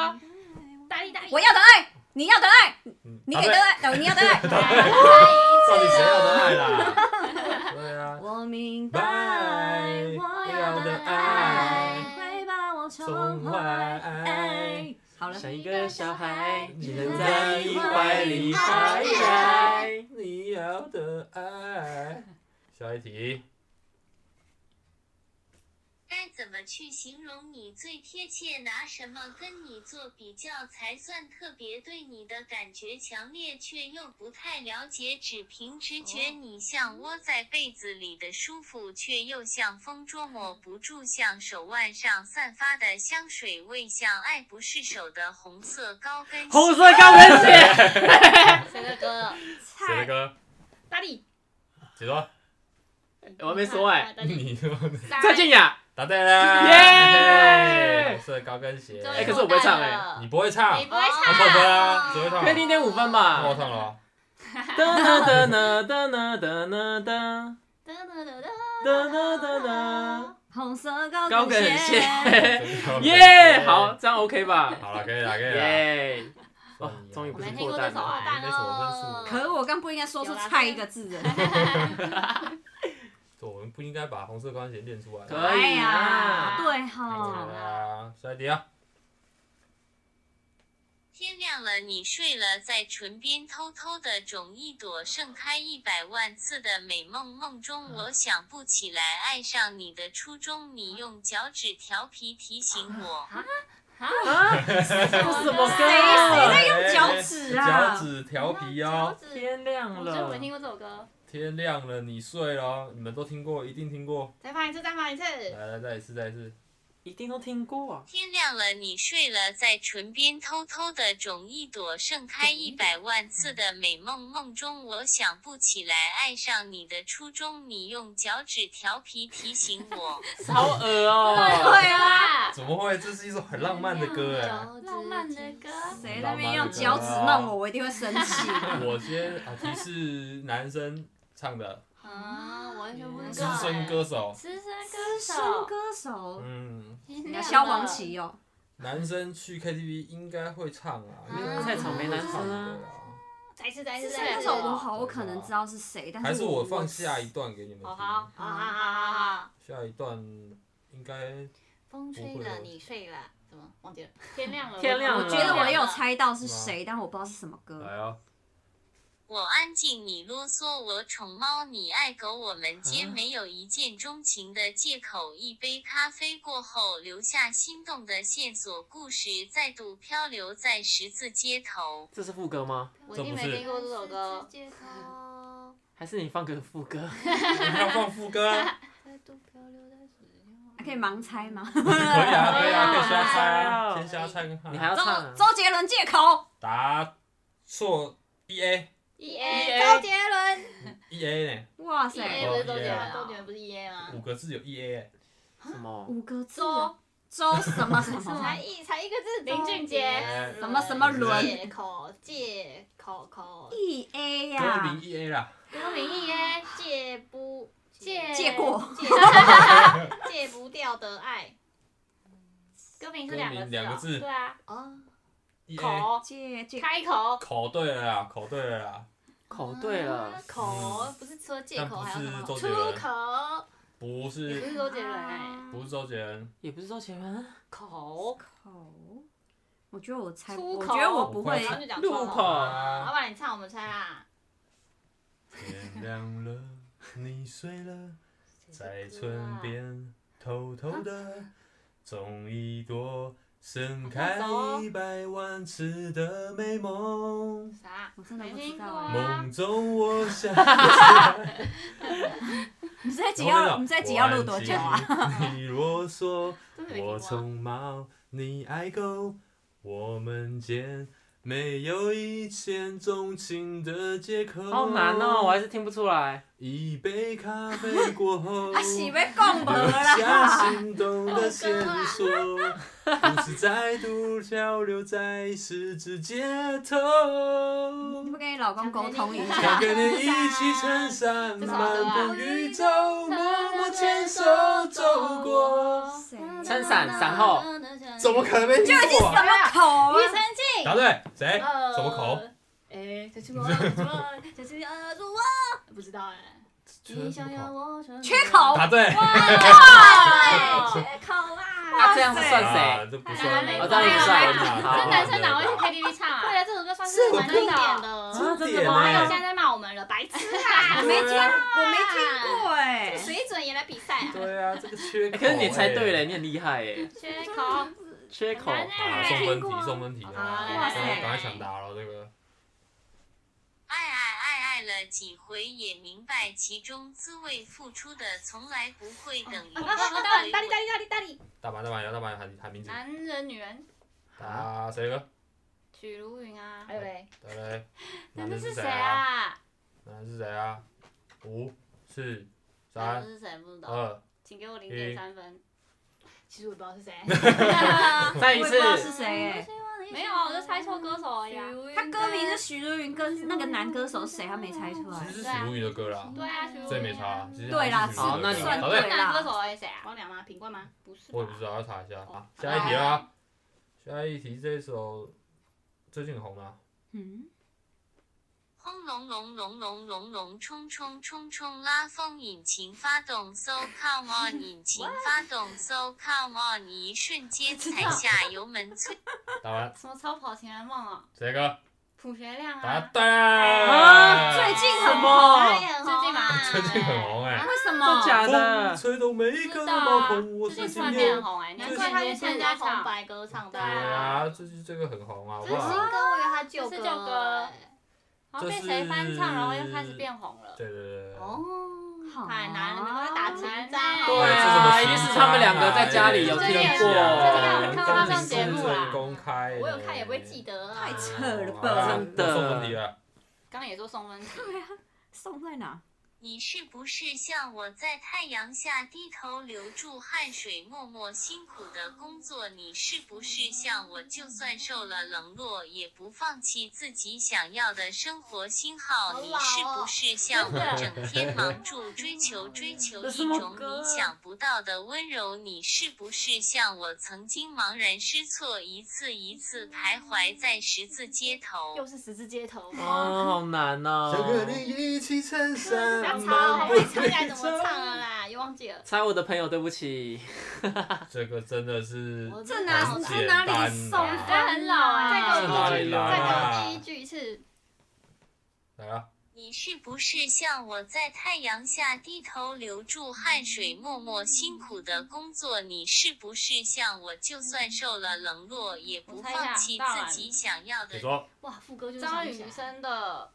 [SPEAKER 2] 大力大力。
[SPEAKER 3] 我要的爱，你要的爱，
[SPEAKER 5] 嗯
[SPEAKER 3] 你
[SPEAKER 5] 答
[SPEAKER 3] 给
[SPEAKER 5] 对
[SPEAKER 3] 的爱，等你要的爱。
[SPEAKER 5] 到底谁要的爱啦？对啊，
[SPEAKER 3] 我明白，
[SPEAKER 5] 白
[SPEAKER 3] 我要
[SPEAKER 5] 要
[SPEAKER 3] 的
[SPEAKER 5] 的
[SPEAKER 3] 爱
[SPEAKER 5] 爱
[SPEAKER 3] 会把我宠
[SPEAKER 5] 宠
[SPEAKER 3] 坏哎
[SPEAKER 5] 坏。
[SPEAKER 3] 好了，
[SPEAKER 1] 像一个小孩，只能在
[SPEAKER 3] 在
[SPEAKER 1] 你
[SPEAKER 3] 你
[SPEAKER 1] 怀
[SPEAKER 3] 怀
[SPEAKER 1] 里
[SPEAKER 3] 里
[SPEAKER 1] 徘
[SPEAKER 3] 徘
[SPEAKER 1] 徊
[SPEAKER 3] 徊。
[SPEAKER 5] 你要的爱。下一题，
[SPEAKER 6] 该怎么去形容你最贴切？拿什么跟你做比较才算特别？对你的感觉强烈，却又不太了解，只凭直觉。你像窝在被子里的舒服，却又像风捉摸不住，像手腕上散发的香水味，像爱不释手的红色高跟鞋。
[SPEAKER 1] 红色高跟鞋，
[SPEAKER 2] 谁的歌？
[SPEAKER 5] 谁的歌？
[SPEAKER 2] 大力。
[SPEAKER 5] 解说。
[SPEAKER 1] 我还没说哎、
[SPEAKER 5] 你说的
[SPEAKER 1] 蔡健雅，
[SPEAKER 5] 答对了，
[SPEAKER 1] 耶
[SPEAKER 5] 红色高跟鞋。
[SPEAKER 1] 哎可是我不会唱哎
[SPEAKER 5] 你不会唱
[SPEAKER 2] 你，不会
[SPEAKER 5] 我
[SPEAKER 4] 哦
[SPEAKER 2] 唱。
[SPEAKER 5] 扣分啊，只会唱。
[SPEAKER 1] 可以零点五分吧
[SPEAKER 5] 那我？唱了哦。
[SPEAKER 1] 噔噔噔噔噔噔噔噔噔噔噔
[SPEAKER 3] 红色高
[SPEAKER 1] 高跟鞋，耶
[SPEAKER 5] 耶，
[SPEAKER 1] 好，这样 OK 吧？
[SPEAKER 5] 好了，可以了，可以了。
[SPEAKER 1] 耶，
[SPEAKER 5] 哇
[SPEAKER 1] 终于
[SPEAKER 2] 我
[SPEAKER 1] 不
[SPEAKER 2] 没
[SPEAKER 1] 是破
[SPEAKER 2] 听过这
[SPEAKER 1] 蛋
[SPEAKER 2] 首啊，
[SPEAKER 5] 没什么分数。
[SPEAKER 3] 可是我刚不应该说出
[SPEAKER 2] 有啦
[SPEAKER 3] 菜一个字的。
[SPEAKER 5] 对我们不应该把红色高跟鞋练出来。
[SPEAKER 1] 可以啊
[SPEAKER 3] 哎对
[SPEAKER 5] 好
[SPEAKER 3] 哈，
[SPEAKER 5] 啦，下一题啊。
[SPEAKER 6] 天亮了，你睡了，在唇边偷偷的种一朵盛开一百万次的美梦。梦中我想不起来爱上你的初衷，你用脚趾调皮提醒我。
[SPEAKER 1] 啊，什么
[SPEAKER 3] 谁谁
[SPEAKER 1] 歌？
[SPEAKER 3] 在用脚趾啊？
[SPEAKER 5] 脚趾调皮哦
[SPEAKER 2] 脚，趾。
[SPEAKER 1] 天亮
[SPEAKER 2] 我真没听
[SPEAKER 1] 了，
[SPEAKER 2] 过这首歌。
[SPEAKER 5] 天亮了，你睡了哦，你们都听过，一定听过。
[SPEAKER 2] 再放一次，再放一次。
[SPEAKER 5] 来来，再一次，再一次。
[SPEAKER 1] 一定都听过啊。
[SPEAKER 6] 天亮了，你睡了，在唇边偷偷的种一朵嗯盛开一百万次的美梦。梦中我想不起来爱上你的初衷，你用脚趾调皮提醒我。
[SPEAKER 1] 好恶哦、
[SPEAKER 3] 对啊，
[SPEAKER 2] 啊，
[SPEAKER 5] 怎么会？这是一首很浪漫的歌哎。
[SPEAKER 2] 浪漫的歌。
[SPEAKER 3] 谁在那边用脚趾弄我，我一定会 生气。
[SPEAKER 5] 我先啊提示男生唱的
[SPEAKER 2] 啊，完全不知
[SPEAKER 5] 资
[SPEAKER 2] 道。
[SPEAKER 5] 深歌。手，
[SPEAKER 2] 资深歌
[SPEAKER 3] 资深
[SPEAKER 2] 手。
[SPEAKER 3] 歌手，
[SPEAKER 5] 嗯，
[SPEAKER 2] 天
[SPEAKER 3] 你
[SPEAKER 2] 亮
[SPEAKER 3] 要
[SPEAKER 2] 了
[SPEAKER 3] 消亡。旗哦。
[SPEAKER 5] 男生去 KTV 应该会唱啊，因为
[SPEAKER 2] 菜场
[SPEAKER 1] 没男生啊
[SPEAKER 5] 唱的啦。
[SPEAKER 2] 再一次，再一
[SPEAKER 3] 资
[SPEAKER 2] 次，
[SPEAKER 3] 深
[SPEAKER 2] 再一
[SPEAKER 3] 歌
[SPEAKER 2] 次。
[SPEAKER 3] 手我好有可能知道是谁，但
[SPEAKER 5] 还是我
[SPEAKER 3] 我
[SPEAKER 5] 放下一段给你们
[SPEAKER 2] 哦，好，好，，
[SPEAKER 5] 听
[SPEAKER 2] 好，好，好，好。
[SPEAKER 5] 下一段应该
[SPEAKER 2] 风吹
[SPEAKER 5] 不会
[SPEAKER 2] 了，
[SPEAKER 5] 哦
[SPEAKER 2] 你睡了，怎么忘记了？天亮了，
[SPEAKER 1] 天亮了
[SPEAKER 3] 我觉得我也有猜到是谁，但我不知道是什么歌。
[SPEAKER 5] 来啊，
[SPEAKER 6] 我安静，你啰嗦；我宠猫，你爱狗。我们间没有一见钟情的借口。一杯咖啡过后，留下心动的线索，故事再度漂流在十字街头。
[SPEAKER 1] 这是副歌吗？
[SPEAKER 2] 我一定没听过这首歌。
[SPEAKER 1] 还是你放个副歌？
[SPEAKER 5] 要放副歌啊，
[SPEAKER 3] 还可以盲猜吗？
[SPEAKER 5] 可以啊，可以啊，
[SPEAKER 2] 可
[SPEAKER 5] 可
[SPEAKER 2] 以
[SPEAKER 5] 以瞎猜
[SPEAKER 1] 可
[SPEAKER 5] 啊，
[SPEAKER 1] 以
[SPEAKER 5] 先瞎猜看看。
[SPEAKER 1] 你还要
[SPEAKER 3] 周
[SPEAKER 1] 唱、啊？
[SPEAKER 3] 周杰伦借口。
[SPEAKER 5] 答错 E A
[SPEAKER 2] E
[SPEAKER 1] EA
[SPEAKER 2] A，
[SPEAKER 3] 周杰伦，
[SPEAKER 5] E A 呢？
[SPEAKER 3] 哇
[SPEAKER 2] E
[SPEAKER 3] 塞
[SPEAKER 2] A，不是周杰伦，
[SPEAKER 5] EA
[SPEAKER 2] 周杰伦不是 E A 吗？
[SPEAKER 5] 五个字哦有 E A，欸
[SPEAKER 1] 什么？
[SPEAKER 3] 五个字，啊
[SPEAKER 2] 周
[SPEAKER 3] 周什么什
[SPEAKER 2] 才
[SPEAKER 3] 么，
[SPEAKER 2] 一才一个字，林俊杰。
[SPEAKER 5] 呃
[SPEAKER 3] 什么什么伦
[SPEAKER 5] 啊
[SPEAKER 2] 借口借口口，
[SPEAKER 3] E A
[SPEAKER 5] 歌
[SPEAKER 3] 呀
[SPEAKER 5] 名，E A 啦，
[SPEAKER 2] 歌名 E A 借不 借
[SPEAKER 3] 借过
[SPEAKER 2] 借戒不 掉的爱。歌名是两个字、哦，
[SPEAKER 5] 歌名两个字
[SPEAKER 2] 对啊，
[SPEAKER 4] 哦，
[SPEAKER 5] E A
[SPEAKER 2] 口
[SPEAKER 3] 借借
[SPEAKER 2] 开口
[SPEAKER 5] 口对了啦，口对了啦，
[SPEAKER 1] 哦口对了，啊
[SPEAKER 2] 啊口不是说借
[SPEAKER 5] 嗯但
[SPEAKER 2] 口
[SPEAKER 5] 不
[SPEAKER 2] 还有什
[SPEAKER 5] 是
[SPEAKER 2] 么
[SPEAKER 5] 周
[SPEAKER 2] 出
[SPEAKER 5] 杰伦，啊
[SPEAKER 2] 口
[SPEAKER 5] 不
[SPEAKER 2] 也不
[SPEAKER 5] 是
[SPEAKER 2] 是周杰伦哎，
[SPEAKER 3] 啊
[SPEAKER 5] 不是周杰伦，
[SPEAKER 1] 也不是周杰伦，
[SPEAKER 2] 口
[SPEAKER 3] 口，我觉得我猜，
[SPEAKER 2] 出
[SPEAKER 3] 我
[SPEAKER 2] 口，
[SPEAKER 3] 觉得我不会
[SPEAKER 2] 然。后就讲
[SPEAKER 1] 入
[SPEAKER 2] 出
[SPEAKER 1] 口
[SPEAKER 2] 啊老板，你唱我们猜啦。
[SPEAKER 5] 天亮了，你睡了，在村边偷偷 的种一朵盛开一百万次的美梦。
[SPEAKER 2] 啥？
[SPEAKER 3] 我真的不
[SPEAKER 2] 没
[SPEAKER 3] 知
[SPEAKER 2] 听过
[SPEAKER 3] 道
[SPEAKER 2] 啊
[SPEAKER 3] 哎、
[SPEAKER 5] 梦中我想，
[SPEAKER 3] 你们这集
[SPEAKER 5] 然后那
[SPEAKER 3] 要，
[SPEAKER 5] 种
[SPEAKER 3] 我们这集要录多久啊？？，
[SPEAKER 5] 我安静你啰嗦，
[SPEAKER 2] 真的没听过
[SPEAKER 5] 我
[SPEAKER 2] 啊。
[SPEAKER 5] 从猫，你爱狗，我们间没有一见钟情的借口。
[SPEAKER 1] 好难哦，我还是听不出来。
[SPEAKER 5] 一杯咖啡过后
[SPEAKER 3] 啊，洗被共鸣
[SPEAKER 5] 留
[SPEAKER 3] 了
[SPEAKER 5] 下
[SPEAKER 3] 啦！
[SPEAKER 5] 心动的线索， 不是再度漂流在十字街头。
[SPEAKER 3] 你不跟你老公沟通一
[SPEAKER 2] 想
[SPEAKER 3] 下？
[SPEAKER 5] 想跟你一起撑伞，
[SPEAKER 2] 这首歌啊
[SPEAKER 5] 漫步宇宙，默默牵手走过。
[SPEAKER 3] 谁
[SPEAKER 1] 撑伞伞后，
[SPEAKER 5] 怎么可能没听过
[SPEAKER 3] 什
[SPEAKER 5] 啊？
[SPEAKER 3] 么口啊？
[SPEAKER 2] 庾澄庆。
[SPEAKER 5] 答对，谁？
[SPEAKER 2] 呃
[SPEAKER 5] 什么口？？
[SPEAKER 2] 哎，小青我，什么？小青呃，做我不知道哎。你想要我什么
[SPEAKER 3] 缺口
[SPEAKER 5] 答对，啊
[SPEAKER 2] 哇
[SPEAKER 3] 对
[SPEAKER 2] 缺口啊！
[SPEAKER 1] 那这样是算
[SPEAKER 5] 啊
[SPEAKER 1] 谁？
[SPEAKER 5] 这不
[SPEAKER 2] 当然
[SPEAKER 5] 算，
[SPEAKER 2] 没
[SPEAKER 5] 啊
[SPEAKER 1] 哦，
[SPEAKER 2] 当
[SPEAKER 1] 当然不
[SPEAKER 2] 然不算
[SPEAKER 1] 算。
[SPEAKER 2] 这
[SPEAKER 5] 这
[SPEAKER 2] 男生哪会去 KTV 唱啊？
[SPEAKER 4] 对了，这首歌算是
[SPEAKER 5] 是我
[SPEAKER 4] 蛮经
[SPEAKER 5] 跟
[SPEAKER 4] 典的。
[SPEAKER 1] 啊，真
[SPEAKER 5] 经典欸
[SPEAKER 1] 的
[SPEAKER 2] 网友现
[SPEAKER 1] 吗？
[SPEAKER 2] 在在骂我们了，白痴啊！
[SPEAKER 5] 没
[SPEAKER 3] 我
[SPEAKER 5] 听
[SPEAKER 3] 没听过哎、
[SPEAKER 2] 水准也来比赛啊！
[SPEAKER 5] 对啊，这个缺
[SPEAKER 1] 欸
[SPEAKER 5] 口。
[SPEAKER 1] 可是你猜对
[SPEAKER 5] 哎
[SPEAKER 1] 了，你很厉害哎。
[SPEAKER 2] 缺口，
[SPEAKER 1] 缺口，
[SPEAKER 2] 很难
[SPEAKER 5] 啊，
[SPEAKER 2] 哎
[SPEAKER 5] 送分
[SPEAKER 3] 听过
[SPEAKER 5] 题，
[SPEAKER 3] 啊
[SPEAKER 5] 送分题啊！
[SPEAKER 2] 好
[SPEAKER 3] 哇
[SPEAKER 5] 哇
[SPEAKER 3] 塞
[SPEAKER 5] 塞，赶快抢答了这个。
[SPEAKER 6] 爱爱爱爱了几回，也明白其中滋味。付出的从来不会等于收
[SPEAKER 2] 啊大理大理
[SPEAKER 6] 回。
[SPEAKER 2] 大理大理大理，
[SPEAKER 5] 大阪，大阪，有大阪，喊喊名字。
[SPEAKER 2] 男人女人
[SPEAKER 5] 啊，谁的歌？
[SPEAKER 2] 许茹芸啊，
[SPEAKER 4] 还有嘞，
[SPEAKER 5] 来来，
[SPEAKER 2] 男
[SPEAKER 5] 男
[SPEAKER 2] 的
[SPEAKER 5] 的
[SPEAKER 2] 是
[SPEAKER 5] 是
[SPEAKER 2] 谁
[SPEAKER 5] 谁啊？
[SPEAKER 2] 啊？
[SPEAKER 5] 男的是谁啊？五、四、
[SPEAKER 2] 男
[SPEAKER 5] 三
[SPEAKER 2] 的、是谁不知道，
[SPEAKER 5] 二，
[SPEAKER 2] 请给我零点三分。
[SPEAKER 4] 其实我不知道是谁。
[SPEAKER 1] 再
[SPEAKER 3] 啊我
[SPEAKER 1] 一
[SPEAKER 3] 也不
[SPEAKER 1] 次
[SPEAKER 3] 知，道是谁哎、
[SPEAKER 2] 没有，啊我就猜错歌手而已啊。
[SPEAKER 3] 他歌名是徐若云，跟那个男歌手是谁？他没猜出来
[SPEAKER 5] 其。实是许茹芸的歌啦，
[SPEAKER 2] 对 啊，许茹芸啊。
[SPEAKER 5] 这也没差。其实
[SPEAKER 3] 对啦
[SPEAKER 5] 还是许茹
[SPEAKER 1] 好那你
[SPEAKER 5] 芸啊的歌
[SPEAKER 3] 算
[SPEAKER 5] 答
[SPEAKER 3] 对
[SPEAKER 5] 对，
[SPEAKER 2] 男歌手而已谁啊？光良吗？品冠吗？不是吧。
[SPEAKER 5] 我也不知道，要查一下。
[SPEAKER 2] 哦
[SPEAKER 5] 好，下一题啦。下一题这首最近很红啊，
[SPEAKER 3] 嗯，
[SPEAKER 6] 轰隆隆隆隆隆隆，冲冲冲冲，拉风引擎发动，so come on，引擎发动，so come on，你一瞬间踩下油门催。
[SPEAKER 5] 答完
[SPEAKER 2] 什么超跑情人梦哦，
[SPEAKER 5] 谁的歌？
[SPEAKER 2] 朴学亮
[SPEAKER 5] 答
[SPEAKER 2] 啊。
[SPEAKER 5] 对。
[SPEAKER 1] 啊
[SPEAKER 3] 最近
[SPEAKER 1] 什
[SPEAKER 3] 很红，
[SPEAKER 1] 么？
[SPEAKER 2] 最近啊嘛，
[SPEAKER 5] 最近很红哎。
[SPEAKER 3] 为什
[SPEAKER 1] 真
[SPEAKER 3] 么？
[SPEAKER 1] 假
[SPEAKER 5] 风
[SPEAKER 3] 哎
[SPEAKER 1] 的？
[SPEAKER 5] 吹动每一
[SPEAKER 2] 知
[SPEAKER 5] 个
[SPEAKER 2] 道
[SPEAKER 5] 毛
[SPEAKER 2] 啊
[SPEAKER 5] 孔，，我
[SPEAKER 2] 最
[SPEAKER 5] 是
[SPEAKER 2] 近突
[SPEAKER 5] 今
[SPEAKER 2] 然变
[SPEAKER 5] 天
[SPEAKER 2] 很。红哎，难
[SPEAKER 4] 难
[SPEAKER 2] 怪他
[SPEAKER 4] 怪
[SPEAKER 2] 们
[SPEAKER 4] 他们
[SPEAKER 2] 现
[SPEAKER 4] 现
[SPEAKER 2] 在
[SPEAKER 4] 在
[SPEAKER 2] 唱
[SPEAKER 4] 红。白歌唱
[SPEAKER 5] 对
[SPEAKER 2] 对
[SPEAKER 4] 大。
[SPEAKER 5] 啊，这是这个很红啊，
[SPEAKER 4] 这是新
[SPEAKER 5] 哇！
[SPEAKER 4] 歌，我以为他旧
[SPEAKER 2] 这是
[SPEAKER 4] 歌。
[SPEAKER 2] 旧歌，然后被谁翻唱，然后又开始变红了。
[SPEAKER 5] 对对对。
[SPEAKER 2] 哦，
[SPEAKER 3] 好
[SPEAKER 2] 太难
[SPEAKER 4] 啊
[SPEAKER 2] 了，难怪打情
[SPEAKER 4] 哦
[SPEAKER 2] 章。
[SPEAKER 1] 对
[SPEAKER 5] 啊
[SPEAKER 4] 哎
[SPEAKER 1] 啊，一定是他们两个在家
[SPEAKER 2] 哎
[SPEAKER 1] 里有听
[SPEAKER 2] 最近
[SPEAKER 1] 过。
[SPEAKER 2] 啊有看到他上节
[SPEAKER 5] 真
[SPEAKER 2] 目
[SPEAKER 5] 哦是
[SPEAKER 2] 啦。
[SPEAKER 5] 公开，
[SPEAKER 2] 我有看也不会记得啊。
[SPEAKER 3] 太扯了吧
[SPEAKER 1] 真的
[SPEAKER 5] 送问题了，
[SPEAKER 2] 刚刚也说送分题，
[SPEAKER 3] 送在哪？
[SPEAKER 6] 你是不是像我在太阳下低头流注汗水，默默辛苦的工作？你是不是像我，就算受了冷落，也不放弃自己想要的生活新
[SPEAKER 4] 好
[SPEAKER 6] 号？你
[SPEAKER 4] 老
[SPEAKER 6] 是
[SPEAKER 4] 哦
[SPEAKER 6] 不是像我，整天忙住追求追求
[SPEAKER 1] 这
[SPEAKER 6] 一
[SPEAKER 1] 什么
[SPEAKER 6] 种
[SPEAKER 1] 歌啊
[SPEAKER 6] 你想不到的温柔？你是不是像我，曾经茫然失措，一次一次徘徊在十字街头？
[SPEAKER 4] 又是十字街
[SPEAKER 5] 哦
[SPEAKER 4] 头。
[SPEAKER 1] 啊，好难哦。
[SPEAKER 5] 想和你一起撑伞，
[SPEAKER 2] 不要
[SPEAKER 5] 漫
[SPEAKER 2] 抄，
[SPEAKER 5] 步
[SPEAKER 2] 我也想起
[SPEAKER 5] 嗯
[SPEAKER 2] 来怎么唱了啦，又忘记了。
[SPEAKER 1] 猜我的朋友，对不起。
[SPEAKER 5] 这个真的是
[SPEAKER 2] 我
[SPEAKER 3] 这哪
[SPEAKER 5] 好
[SPEAKER 3] 这
[SPEAKER 5] 简
[SPEAKER 3] 哪
[SPEAKER 5] 单啊
[SPEAKER 3] 里送分
[SPEAKER 2] 这很老啊
[SPEAKER 3] 啊？
[SPEAKER 2] 再给
[SPEAKER 1] 哪
[SPEAKER 2] 我第
[SPEAKER 1] 里
[SPEAKER 2] 一句，
[SPEAKER 1] 老啊
[SPEAKER 2] 再给我第一句是
[SPEAKER 5] 来啊了，
[SPEAKER 6] 你是不是像我在太阳下低头流注汗水，默默辛苦的工作？你是不是像我，就算受了冷落，也不放弃自己想要
[SPEAKER 5] 你
[SPEAKER 6] 的？
[SPEAKER 5] 说
[SPEAKER 4] 哇，副歌就是
[SPEAKER 2] 张
[SPEAKER 4] 张
[SPEAKER 2] 雨
[SPEAKER 4] 雨生。
[SPEAKER 2] 生的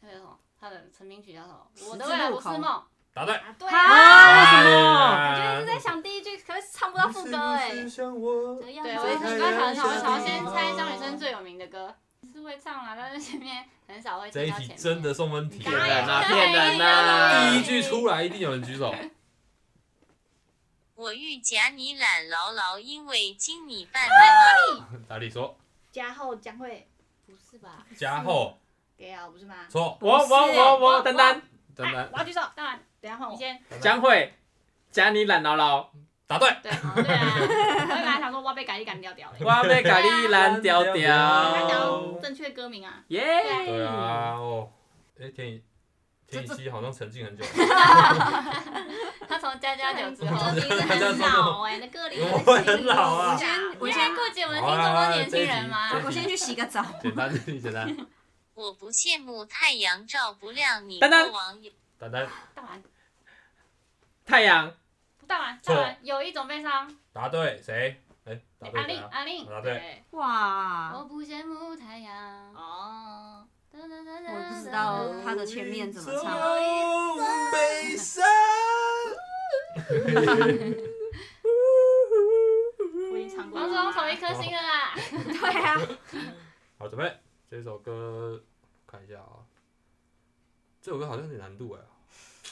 [SPEAKER 2] 那个什么，他的成名曲叫什么？
[SPEAKER 3] 十字
[SPEAKER 2] 我的未来
[SPEAKER 3] 路
[SPEAKER 2] 不
[SPEAKER 3] 口
[SPEAKER 2] 是梦。
[SPEAKER 5] 答对，
[SPEAKER 4] 啊，对
[SPEAKER 3] 啊
[SPEAKER 4] 啊。
[SPEAKER 1] 啊
[SPEAKER 2] 我就一直在想第一句，可是唱不到副歌哎、
[SPEAKER 5] 啊你是不是像我
[SPEAKER 4] 这样
[SPEAKER 2] 对，
[SPEAKER 4] 子
[SPEAKER 2] 我一直我刚想想，我想要先猜张雨
[SPEAKER 4] 哦
[SPEAKER 2] 生
[SPEAKER 5] 这
[SPEAKER 2] 最有名的歌，是会唱啦，但是前面很少会
[SPEAKER 5] 这
[SPEAKER 2] 听
[SPEAKER 5] 一
[SPEAKER 2] 到前
[SPEAKER 5] 题
[SPEAKER 2] 面。
[SPEAKER 5] 真的送分题
[SPEAKER 3] 哎
[SPEAKER 1] 骗人啊，
[SPEAKER 5] 了，
[SPEAKER 1] 骗人啊！
[SPEAKER 5] 第一句出来一定有人举手，
[SPEAKER 6] 我欲夹你懒牢牢，因为经你半年。
[SPEAKER 5] 哪里说
[SPEAKER 4] 加厚将会
[SPEAKER 2] 不是吧？
[SPEAKER 5] 加厚
[SPEAKER 4] 给啊，不是吗？哎
[SPEAKER 5] 错，
[SPEAKER 1] 我我我我丹丹
[SPEAKER 5] 等等
[SPEAKER 4] 我要举手，当然，等一下换
[SPEAKER 2] 你
[SPEAKER 4] 我。
[SPEAKER 2] 先
[SPEAKER 1] 将会夹你懒牢 牢，
[SPEAKER 5] 答对，
[SPEAKER 2] 对好对 啊，我本来想说我被改一改掉掉嘞，
[SPEAKER 1] 我被咖喱懒掉
[SPEAKER 2] 他
[SPEAKER 1] 掉
[SPEAKER 5] 哦
[SPEAKER 2] 讲。正确歌名啊，
[SPEAKER 1] 耶！
[SPEAKER 5] 对啊，哦，哎，田雨田雨希好像沉浸很久，
[SPEAKER 2] 他从家家酒之后
[SPEAKER 5] 我
[SPEAKER 4] 你
[SPEAKER 5] 们，
[SPEAKER 4] 真的很老哎，那个龄
[SPEAKER 5] 我很老啊
[SPEAKER 4] 我先
[SPEAKER 3] 我
[SPEAKER 2] 现
[SPEAKER 3] 先
[SPEAKER 2] 在过节我们的听众都是年轻人吗？
[SPEAKER 5] 好啊
[SPEAKER 3] 我先去洗个澡。
[SPEAKER 5] 简单，这题简单，
[SPEAKER 6] 我不羡慕太阳照不亮你
[SPEAKER 1] 丹丹
[SPEAKER 6] 过往有
[SPEAKER 5] 丹丹
[SPEAKER 2] 大碗
[SPEAKER 1] 太阳，
[SPEAKER 2] 大碗
[SPEAKER 5] 错
[SPEAKER 2] 大碗，有一种悲伤，
[SPEAKER 5] 答对谁？哎，答对
[SPEAKER 2] 阿
[SPEAKER 5] 谁
[SPEAKER 2] 令
[SPEAKER 5] 啊？
[SPEAKER 2] 阿令，
[SPEAKER 5] 答对
[SPEAKER 2] 对，我
[SPEAKER 3] 哇，
[SPEAKER 2] 不羡慕太阳。哦，我
[SPEAKER 3] 我
[SPEAKER 2] 也
[SPEAKER 3] 不知道
[SPEAKER 5] 哦
[SPEAKER 3] 它的前面怎么唱。
[SPEAKER 5] 唱？悲伤。
[SPEAKER 4] 我已经唱过
[SPEAKER 2] 王总投一
[SPEAKER 4] 了。
[SPEAKER 2] 颗星了啦。
[SPEAKER 3] 对啊，
[SPEAKER 5] 好，准备这首歌，看一下啊、这首歌好像有点难度哎、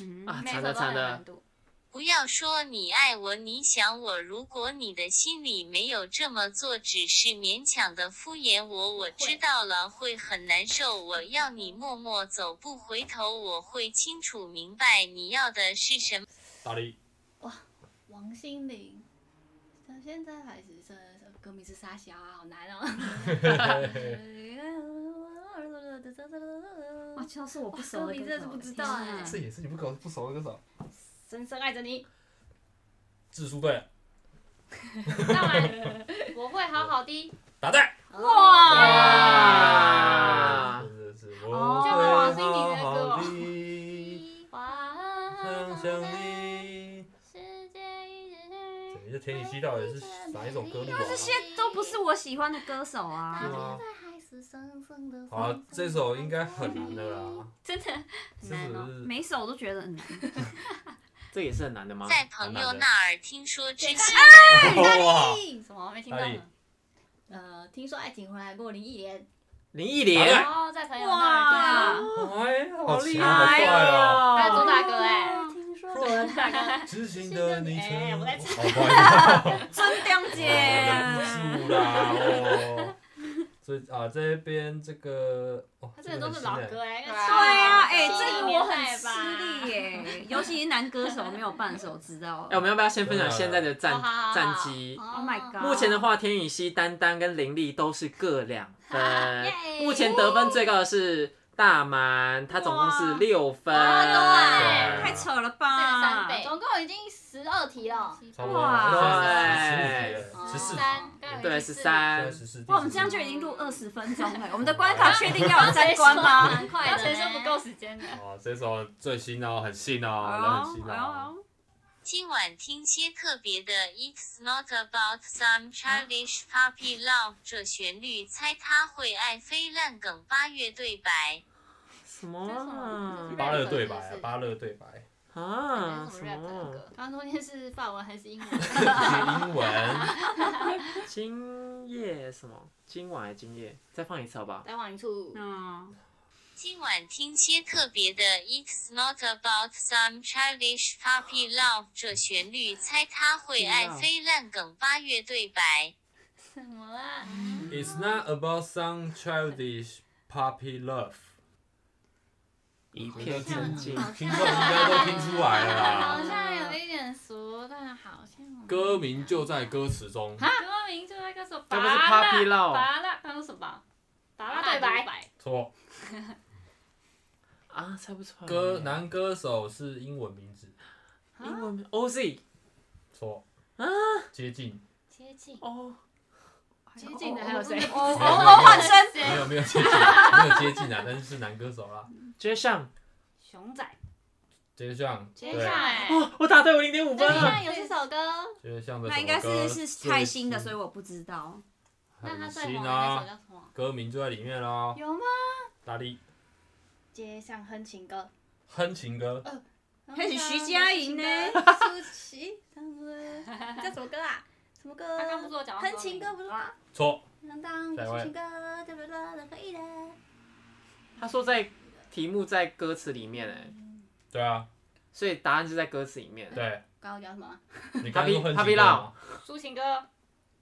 [SPEAKER 3] 嗯
[SPEAKER 1] 啊
[SPEAKER 2] 每
[SPEAKER 1] 惨
[SPEAKER 2] 首
[SPEAKER 1] 了
[SPEAKER 2] 都
[SPEAKER 1] 惨
[SPEAKER 2] 很
[SPEAKER 1] 了
[SPEAKER 2] 难读。
[SPEAKER 6] 不要说你爱我，你想我。如果你的心里没有这么做，只是勉强的敷衍我，我知道了会很难受。我要你默默走，不回头，我会清楚明白你要的是什么。
[SPEAKER 5] 大力，
[SPEAKER 4] 王心凌，到现在还是这这歌名是沙小啊，好难哦。
[SPEAKER 3] 哇，这都是我不
[SPEAKER 4] 歌名真的是不知道哎、
[SPEAKER 5] 这也是你不搞不熟的歌手。
[SPEAKER 4] 深深爱着你，
[SPEAKER 5] 字数对了，
[SPEAKER 2] 当然，我会好好的。
[SPEAKER 5] 答对。
[SPEAKER 1] 哇
[SPEAKER 5] 真的是
[SPEAKER 3] 哦
[SPEAKER 5] 我会
[SPEAKER 2] 王心凌的歌哦
[SPEAKER 5] 好好地想想你。
[SPEAKER 2] 世界一直
[SPEAKER 5] 你这田雨西到底是哪一种歌路啊？
[SPEAKER 3] 这些都不是我喜欢的歌手
[SPEAKER 5] 是
[SPEAKER 3] 啊。
[SPEAKER 5] 吗？
[SPEAKER 4] 还是深深的。
[SPEAKER 5] 好啊，这首应该很难的啦。
[SPEAKER 2] 真的
[SPEAKER 5] 这
[SPEAKER 2] 难哦
[SPEAKER 5] 只是
[SPEAKER 3] 每一首我都觉得很难。
[SPEAKER 1] 这也啊是很难的吗？
[SPEAKER 6] 在朋友那儿听说知心
[SPEAKER 5] 哇，
[SPEAKER 2] 什么没听到呢？
[SPEAKER 4] 呃，听说爱情回来过林忆莲，
[SPEAKER 1] 林忆莲，
[SPEAKER 2] 哦，在朋友那
[SPEAKER 3] 哇
[SPEAKER 2] 儿，
[SPEAKER 5] 哎，好厉
[SPEAKER 1] 哎
[SPEAKER 5] 好快哦！
[SPEAKER 2] 对，主打歌哎，
[SPEAKER 4] 听说
[SPEAKER 2] 大哥，
[SPEAKER 5] 知心的昵称，
[SPEAKER 4] 哎我在
[SPEAKER 5] 哦，不好意思，
[SPEAKER 3] 真亮姐，
[SPEAKER 5] 忍不住啦，哦。所以啊，这边这个，哦，
[SPEAKER 4] 他真的都是老歌哎、
[SPEAKER 2] 对
[SPEAKER 3] 对呀、
[SPEAKER 2] 啊
[SPEAKER 3] 哎、这个我很
[SPEAKER 4] 吧
[SPEAKER 3] 吃力耶，尤其是男歌手没有半首知道。
[SPEAKER 1] 哎，我们要不要先分享现在的战
[SPEAKER 2] 哦好好好
[SPEAKER 1] 战绩？
[SPEAKER 3] Oh my god！
[SPEAKER 1] 目前的话，田雨希、丹丹跟林立都是各两分
[SPEAKER 2] 耶，
[SPEAKER 1] 目前得分最高的是大蛮，他总共是六分。
[SPEAKER 2] 哇
[SPEAKER 3] 太扯了
[SPEAKER 2] 这
[SPEAKER 3] 吧？
[SPEAKER 2] 三倍
[SPEAKER 4] 总共已经十二
[SPEAKER 2] 哎
[SPEAKER 4] 题哦了，
[SPEAKER 5] 差不多
[SPEAKER 1] 哇
[SPEAKER 5] 十四，
[SPEAKER 2] 三，刚刚
[SPEAKER 1] 对，
[SPEAKER 2] 有提
[SPEAKER 1] 十
[SPEAKER 2] 示，
[SPEAKER 1] 三。
[SPEAKER 5] 十四，
[SPEAKER 3] 哦哇，我们这样就已经录二十分钟了，我们的关卡确定要有三
[SPEAKER 2] 谁
[SPEAKER 3] 关
[SPEAKER 2] 说
[SPEAKER 3] 吗？
[SPEAKER 2] 蛮快的呢，
[SPEAKER 4] 谁说不够时间的？
[SPEAKER 5] 哦，这首最新哦，很新哦，人很新哦，
[SPEAKER 6] 今晚听些特别的，It's not about some childish puppy love。这旋律猜他会爱飞烂梗八月对白。
[SPEAKER 1] 什么啊
[SPEAKER 2] 这是什么
[SPEAKER 5] 八乐对白啊，八乐对白，
[SPEAKER 1] 啊？
[SPEAKER 2] 这是
[SPEAKER 1] 什
[SPEAKER 2] 什么 rap 的
[SPEAKER 1] 么？
[SPEAKER 2] 歌？
[SPEAKER 4] 刚刚中间是法文还是英文？
[SPEAKER 5] 是英文，
[SPEAKER 1] 今夜什么？今晚还是今夜？再放一次好不好？
[SPEAKER 4] 来往一处，
[SPEAKER 3] 嗯，
[SPEAKER 6] 今晚听些特别的，It's not about some childish puppy love。这旋律猜他会爱飞烂梗八月对白。
[SPEAKER 2] 什么啦？
[SPEAKER 5] It's not about some childish puppy love。
[SPEAKER 1] 一片沉静。
[SPEAKER 5] 听众应该都听出来了
[SPEAKER 2] 好
[SPEAKER 5] 啦，
[SPEAKER 2] 像有一点熟，但好像
[SPEAKER 5] 歌名就在歌词中，
[SPEAKER 2] 歌名就在歌手
[SPEAKER 1] 这
[SPEAKER 2] 拔
[SPEAKER 1] 不是
[SPEAKER 2] 蜡
[SPEAKER 1] Papi Lau
[SPEAKER 2] 拔蜡，他说什么？拔蜡对
[SPEAKER 4] 拔蜡对
[SPEAKER 2] 白，
[SPEAKER 5] 错。
[SPEAKER 1] 啊，猜不出来。
[SPEAKER 5] 歌男歌手是英文名字，
[SPEAKER 1] 英文名 OZ
[SPEAKER 5] 错。
[SPEAKER 3] 啊
[SPEAKER 5] 接近，
[SPEAKER 2] 接近
[SPEAKER 1] 哦，
[SPEAKER 4] 接近的还有谁？
[SPEAKER 3] 哦
[SPEAKER 5] 没有
[SPEAKER 3] 哦，换身，
[SPEAKER 5] 没有没有接近，没有接近啊，但是是男歌手啦。
[SPEAKER 1] 街上
[SPEAKER 2] 熊仔，
[SPEAKER 5] 街上，
[SPEAKER 2] 接
[SPEAKER 5] 对
[SPEAKER 2] 下来，
[SPEAKER 1] 哦，我答对，我零点五分啊
[SPEAKER 2] 接下
[SPEAKER 1] 了。
[SPEAKER 2] 来有这首歌，
[SPEAKER 5] 街上的
[SPEAKER 3] 那
[SPEAKER 5] 什
[SPEAKER 3] 应
[SPEAKER 5] 么
[SPEAKER 3] 该
[SPEAKER 5] 歌
[SPEAKER 3] 是是太新的，
[SPEAKER 5] 最
[SPEAKER 3] 所以我不知道。
[SPEAKER 2] 那他
[SPEAKER 5] 很
[SPEAKER 2] 最
[SPEAKER 5] 新
[SPEAKER 2] 红的那首
[SPEAKER 5] 啊，
[SPEAKER 2] 叫什么？
[SPEAKER 5] 歌名就在里面啦。
[SPEAKER 2] 有吗？
[SPEAKER 5] 大力
[SPEAKER 4] 街上哼情歌，
[SPEAKER 5] 哼情歌，
[SPEAKER 3] 开始徐佳莹呢？
[SPEAKER 4] 舒淇，叫什么歌啊？什么歌？
[SPEAKER 2] 他刚不是我啊讲到
[SPEAKER 4] 哼情歌不是吗？
[SPEAKER 5] 错。
[SPEAKER 4] 能当
[SPEAKER 5] 下一位
[SPEAKER 4] 抒情歌，对不对？都可以的。
[SPEAKER 1] 他说在题目在歌词里面哎，
[SPEAKER 5] 对啊，
[SPEAKER 1] 所以答案是在歌词里面。
[SPEAKER 5] 对，
[SPEAKER 4] 刚刚讲什么？
[SPEAKER 5] 你刚刚说哼
[SPEAKER 1] Papi- Papi
[SPEAKER 5] 情歌嘛，
[SPEAKER 2] 抒情歌，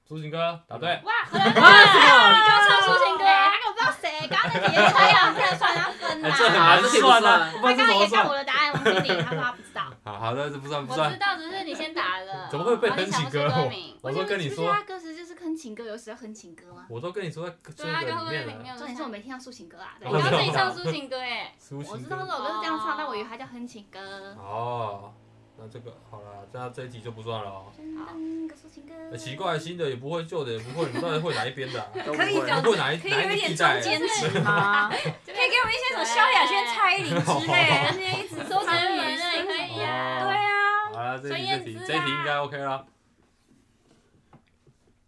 [SPEAKER 5] 抒情歌，答对。
[SPEAKER 2] 哇，
[SPEAKER 1] 啊，
[SPEAKER 2] 刚唱抒情歌，哎
[SPEAKER 4] 哎，那个我不知道谁，刚刚那题猜呀，这算他分
[SPEAKER 5] 哎，
[SPEAKER 4] 啦。
[SPEAKER 5] 这很
[SPEAKER 1] 好
[SPEAKER 5] 难
[SPEAKER 1] 这题不
[SPEAKER 5] 算啊，
[SPEAKER 1] 算
[SPEAKER 5] 不
[SPEAKER 4] 他
[SPEAKER 5] 然
[SPEAKER 4] 刚
[SPEAKER 5] 这怎
[SPEAKER 4] 刚
[SPEAKER 5] 么
[SPEAKER 4] 也看
[SPEAKER 5] 算
[SPEAKER 4] 我？的答案，王心凌，他说他不知道。
[SPEAKER 5] 好好的，这不 算不
[SPEAKER 2] 我知
[SPEAKER 5] 算。
[SPEAKER 2] 道，只是你先打的，
[SPEAKER 5] 怎么会被
[SPEAKER 2] 然后
[SPEAKER 5] 哼
[SPEAKER 2] 你想不
[SPEAKER 5] 情
[SPEAKER 2] 出
[SPEAKER 5] 歌？
[SPEAKER 2] 歌名
[SPEAKER 5] 我？我都跟你
[SPEAKER 4] 不是
[SPEAKER 5] 说，
[SPEAKER 4] 他歌词就是哼情歌，有时要哼情歌吗？
[SPEAKER 5] 我都跟你说在这
[SPEAKER 2] 对啊，刚
[SPEAKER 5] 个
[SPEAKER 2] 刚
[SPEAKER 5] 里
[SPEAKER 2] 在
[SPEAKER 5] 面
[SPEAKER 2] 里面
[SPEAKER 5] 了。
[SPEAKER 2] 有
[SPEAKER 4] 重点是我没听到抒情歌啊。对
[SPEAKER 2] 你刚刚自己唱
[SPEAKER 5] 哦
[SPEAKER 2] 抒情歌哎，
[SPEAKER 5] 抒
[SPEAKER 4] 我
[SPEAKER 5] 情
[SPEAKER 4] 知道这
[SPEAKER 5] 歌。
[SPEAKER 4] 首歌是这样唱，
[SPEAKER 2] 哦
[SPEAKER 4] 但我以为它叫哼情歌。
[SPEAKER 5] 哦，那这个好了，那这一集就不算了哦。
[SPEAKER 3] 噔，抒情歌
[SPEAKER 5] 呃奇怪，新的也不会，旧的也不会，你们到底会哪一边的、啊？
[SPEAKER 1] 都不
[SPEAKER 3] 可以
[SPEAKER 1] 会
[SPEAKER 3] 这样
[SPEAKER 5] 不会哪一
[SPEAKER 3] 可以有一点中
[SPEAKER 5] 啊
[SPEAKER 3] 间值吗？ 可
[SPEAKER 2] 可
[SPEAKER 3] 以给我们一些什么萧亚轩、蔡依林之类的，那些一直
[SPEAKER 2] 周杰
[SPEAKER 3] 参与
[SPEAKER 2] 伦啊，也可以
[SPEAKER 3] 对
[SPEAKER 2] 啊。
[SPEAKER 3] 啊，
[SPEAKER 5] 哦好了，这一
[SPEAKER 2] 孙
[SPEAKER 5] 题
[SPEAKER 2] 燕
[SPEAKER 5] 这一题
[SPEAKER 2] 姿
[SPEAKER 5] 这一题应该
[SPEAKER 2] 啊
[SPEAKER 5] OK 啦。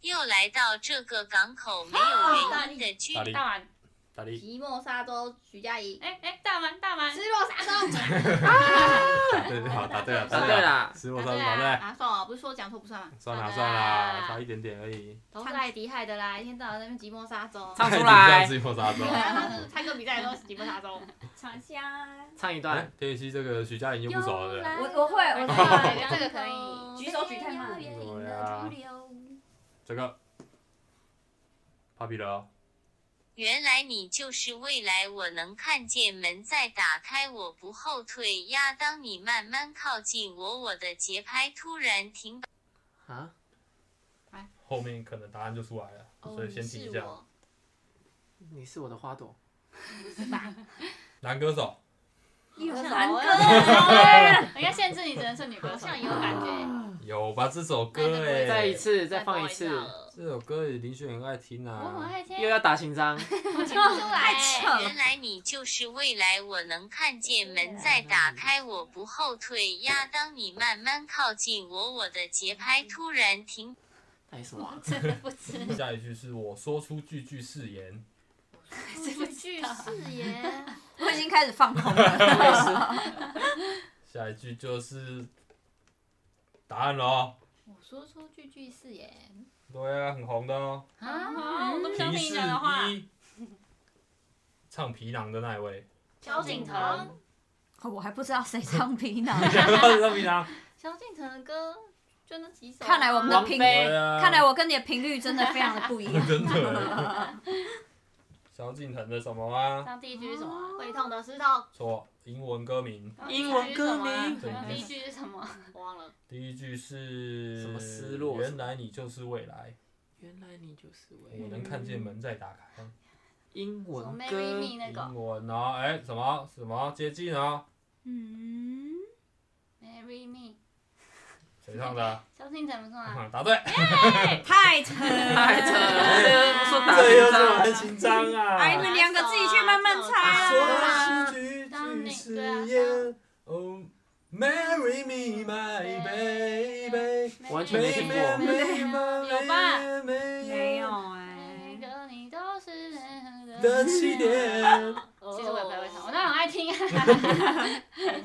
[SPEAKER 6] 又来到这个港口没有原因的居
[SPEAKER 5] 哦哪里
[SPEAKER 2] 大碗，
[SPEAKER 5] 大力，
[SPEAKER 4] 皮莫沙洲徐佳莹，
[SPEAKER 2] 哎哎，大碗大碗，
[SPEAKER 4] 失落沙洲，
[SPEAKER 5] 答对，好，答对了，
[SPEAKER 1] 答啊对
[SPEAKER 5] 对
[SPEAKER 1] 啦
[SPEAKER 5] 十五
[SPEAKER 2] 答
[SPEAKER 5] 三十
[SPEAKER 2] 对
[SPEAKER 5] 答对，
[SPEAKER 4] 啊，算了，不是说讲错不算了，
[SPEAKER 5] 算了
[SPEAKER 2] 答对
[SPEAKER 5] 算了，
[SPEAKER 2] 啦
[SPEAKER 5] 差一点点而已。
[SPEAKER 2] 都是艾迪害的啦，一天到晚在那边寂寞沙洲。
[SPEAKER 1] 唱出
[SPEAKER 5] 太
[SPEAKER 1] 来啊
[SPEAKER 5] 紧张，自己破 沙洲。
[SPEAKER 2] 唱歌比赛都是寂寞沙洲。
[SPEAKER 3] 尝一下。
[SPEAKER 1] 唱一
[SPEAKER 5] 哎
[SPEAKER 1] 段，，
[SPEAKER 5] 田雨希这个徐佳莹又不熟了，对不对
[SPEAKER 3] 我我会，我
[SPEAKER 2] 对
[SPEAKER 3] 会
[SPEAKER 2] 这个可以
[SPEAKER 3] 举手举太慢了。
[SPEAKER 5] 对啊这个 Papi 的哦，
[SPEAKER 6] 原来你就是未来，我能看见门在打开，我不后退呀。当你慢慢靠近我，我的节拍突然停摆。
[SPEAKER 5] 哎
[SPEAKER 1] 啊，
[SPEAKER 5] 后面可能答案就出来了，
[SPEAKER 2] 哦
[SPEAKER 5] 所以先停一
[SPEAKER 4] 是
[SPEAKER 5] 下。
[SPEAKER 4] 我
[SPEAKER 1] 你是我的花朵，
[SPEAKER 5] 男歌手，
[SPEAKER 3] 有啊男
[SPEAKER 2] 男歌
[SPEAKER 3] 歌
[SPEAKER 2] 人家限制你只能是女歌手，
[SPEAKER 4] 好像有感觉，
[SPEAKER 5] 有吧？这首歌
[SPEAKER 4] 那
[SPEAKER 5] 哎、
[SPEAKER 4] 个
[SPEAKER 1] 再一次，再
[SPEAKER 4] 再
[SPEAKER 1] 放
[SPEAKER 4] 播
[SPEAKER 1] 一
[SPEAKER 4] 下
[SPEAKER 1] 次，
[SPEAKER 4] 了
[SPEAKER 5] 这首歌也林雪很爱听
[SPEAKER 2] 哦我很
[SPEAKER 5] 啊。
[SPEAKER 2] 爱听，
[SPEAKER 1] 又要打情章，
[SPEAKER 2] 我听不出来。
[SPEAKER 3] 太扯
[SPEAKER 6] 原来你就是未来，我能看见门在打开，我不后退呀。当你慢慢靠近我，我的节拍突然停摆
[SPEAKER 1] 那是什么啊？
[SPEAKER 2] 真的不知
[SPEAKER 5] 下一句是我说出句句誓言，
[SPEAKER 2] 道，句誓言，
[SPEAKER 3] 我已经开始放空了。
[SPEAKER 5] 下一句就是答案了哦。
[SPEAKER 4] 我说出句句誓言
[SPEAKER 5] 对啊，很红的哦。
[SPEAKER 2] 啊，我都不想
[SPEAKER 5] 提
[SPEAKER 2] 听你
[SPEAKER 5] 示
[SPEAKER 2] 讲的话。
[SPEAKER 5] 一，唱皮囊的那一 位，
[SPEAKER 2] 萧敬腾，
[SPEAKER 3] 我还不知道谁 唱皮囊，
[SPEAKER 5] 唱皮囊。
[SPEAKER 4] 萧敬腾的歌就那几首啊，
[SPEAKER 3] 看来我们的
[SPEAKER 1] 王
[SPEAKER 3] 频，
[SPEAKER 1] 菲
[SPEAKER 5] 对啊，
[SPEAKER 3] 看来我跟你的频率真的非常的不一样。
[SPEAKER 5] 真的。萧敬腾的什么啊？
[SPEAKER 2] 上第一句是什么啊？
[SPEAKER 4] 会痛的石头，
[SPEAKER 5] 错，英文歌名。
[SPEAKER 4] 啊
[SPEAKER 1] 英文歌名
[SPEAKER 2] 第一句是什么？
[SPEAKER 4] 我忘了，
[SPEAKER 5] 第一句是
[SPEAKER 1] 什么失落
[SPEAKER 5] 原来你就是未来，
[SPEAKER 1] 原来你就是我
[SPEAKER 5] 我能看见门在打开。
[SPEAKER 1] 英
[SPEAKER 2] 什么
[SPEAKER 1] 文
[SPEAKER 2] Marry
[SPEAKER 1] 歌，
[SPEAKER 2] Me 那个
[SPEAKER 5] 英文啊，哎，什么什么接近啊？
[SPEAKER 3] 嗯，
[SPEAKER 2] Marry Me，
[SPEAKER 5] 谁唱的啊？
[SPEAKER 2] 萧敬腾不错啊。
[SPEAKER 5] 答 对。
[SPEAKER 3] 太扯
[SPEAKER 1] 太扯
[SPEAKER 5] 哎
[SPEAKER 1] 了，说打
[SPEAKER 5] 这有
[SPEAKER 1] 情
[SPEAKER 5] 什么
[SPEAKER 1] 章，
[SPEAKER 5] 很紧张
[SPEAKER 3] 哎，你
[SPEAKER 5] 啊？
[SPEAKER 3] 们两个自己去慢慢猜啊。
[SPEAKER 5] 说是句句誓言，Oh marry me my baby。
[SPEAKER 1] 完全没听过
[SPEAKER 2] 有吧？
[SPEAKER 3] 没
[SPEAKER 5] 没
[SPEAKER 3] 有哎
[SPEAKER 2] 每，个你都是
[SPEAKER 5] 的起点，
[SPEAKER 2] 其实我也不太会唱，我当然很爱 听啊。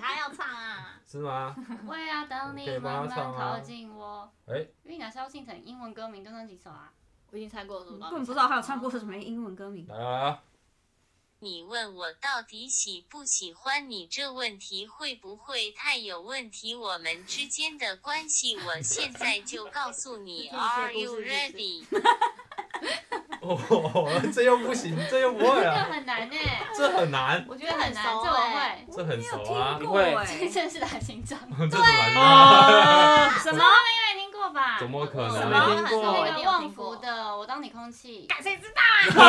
[SPEAKER 4] 他要唱啊，
[SPEAKER 5] 是吗？
[SPEAKER 2] 会啊，当
[SPEAKER 5] 可
[SPEAKER 2] 你
[SPEAKER 5] 以帮
[SPEAKER 2] 慢
[SPEAKER 5] 他唱
[SPEAKER 2] 慢
[SPEAKER 5] 啊
[SPEAKER 2] 靠近我。
[SPEAKER 5] 哎，
[SPEAKER 2] 因为你拿萧敬腾英文歌名就那几首啊。
[SPEAKER 4] 我已经猜过了，
[SPEAKER 3] 根本不知道还有唱过什么英文歌名。
[SPEAKER 5] 来来来，
[SPEAKER 6] 你问我到底喜不喜欢你这问题会不会太有问题？我们之间的关系，我现在就告诉你。Are you ready？
[SPEAKER 5] 哦， 这又不行，这又不会
[SPEAKER 2] 这
[SPEAKER 5] 啊，
[SPEAKER 2] 很难呢，
[SPEAKER 5] 这很难，
[SPEAKER 2] 我觉得很难，
[SPEAKER 4] 这很熟
[SPEAKER 2] 这我会。
[SPEAKER 4] 哎
[SPEAKER 5] 这很熟啊
[SPEAKER 3] 没有听，过哎
[SPEAKER 2] 这真是打情 章，因
[SPEAKER 5] 这怎么难？
[SPEAKER 1] 啊，
[SPEAKER 3] 什么？
[SPEAKER 2] 为听过吧？
[SPEAKER 5] 怎么可
[SPEAKER 1] 什
[SPEAKER 5] 能
[SPEAKER 1] 么？
[SPEAKER 4] 很熟我一
[SPEAKER 2] 那
[SPEAKER 4] 定
[SPEAKER 2] 个
[SPEAKER 4] 有
[SPEAKER 2] 旺
[SPEAKER 4] 听
[SPEAKER 2] 福
[SPEAKER 4] 过，
[SPEAKER 2] 的，我当你空气。
[SPEAKER 3] 谁知道？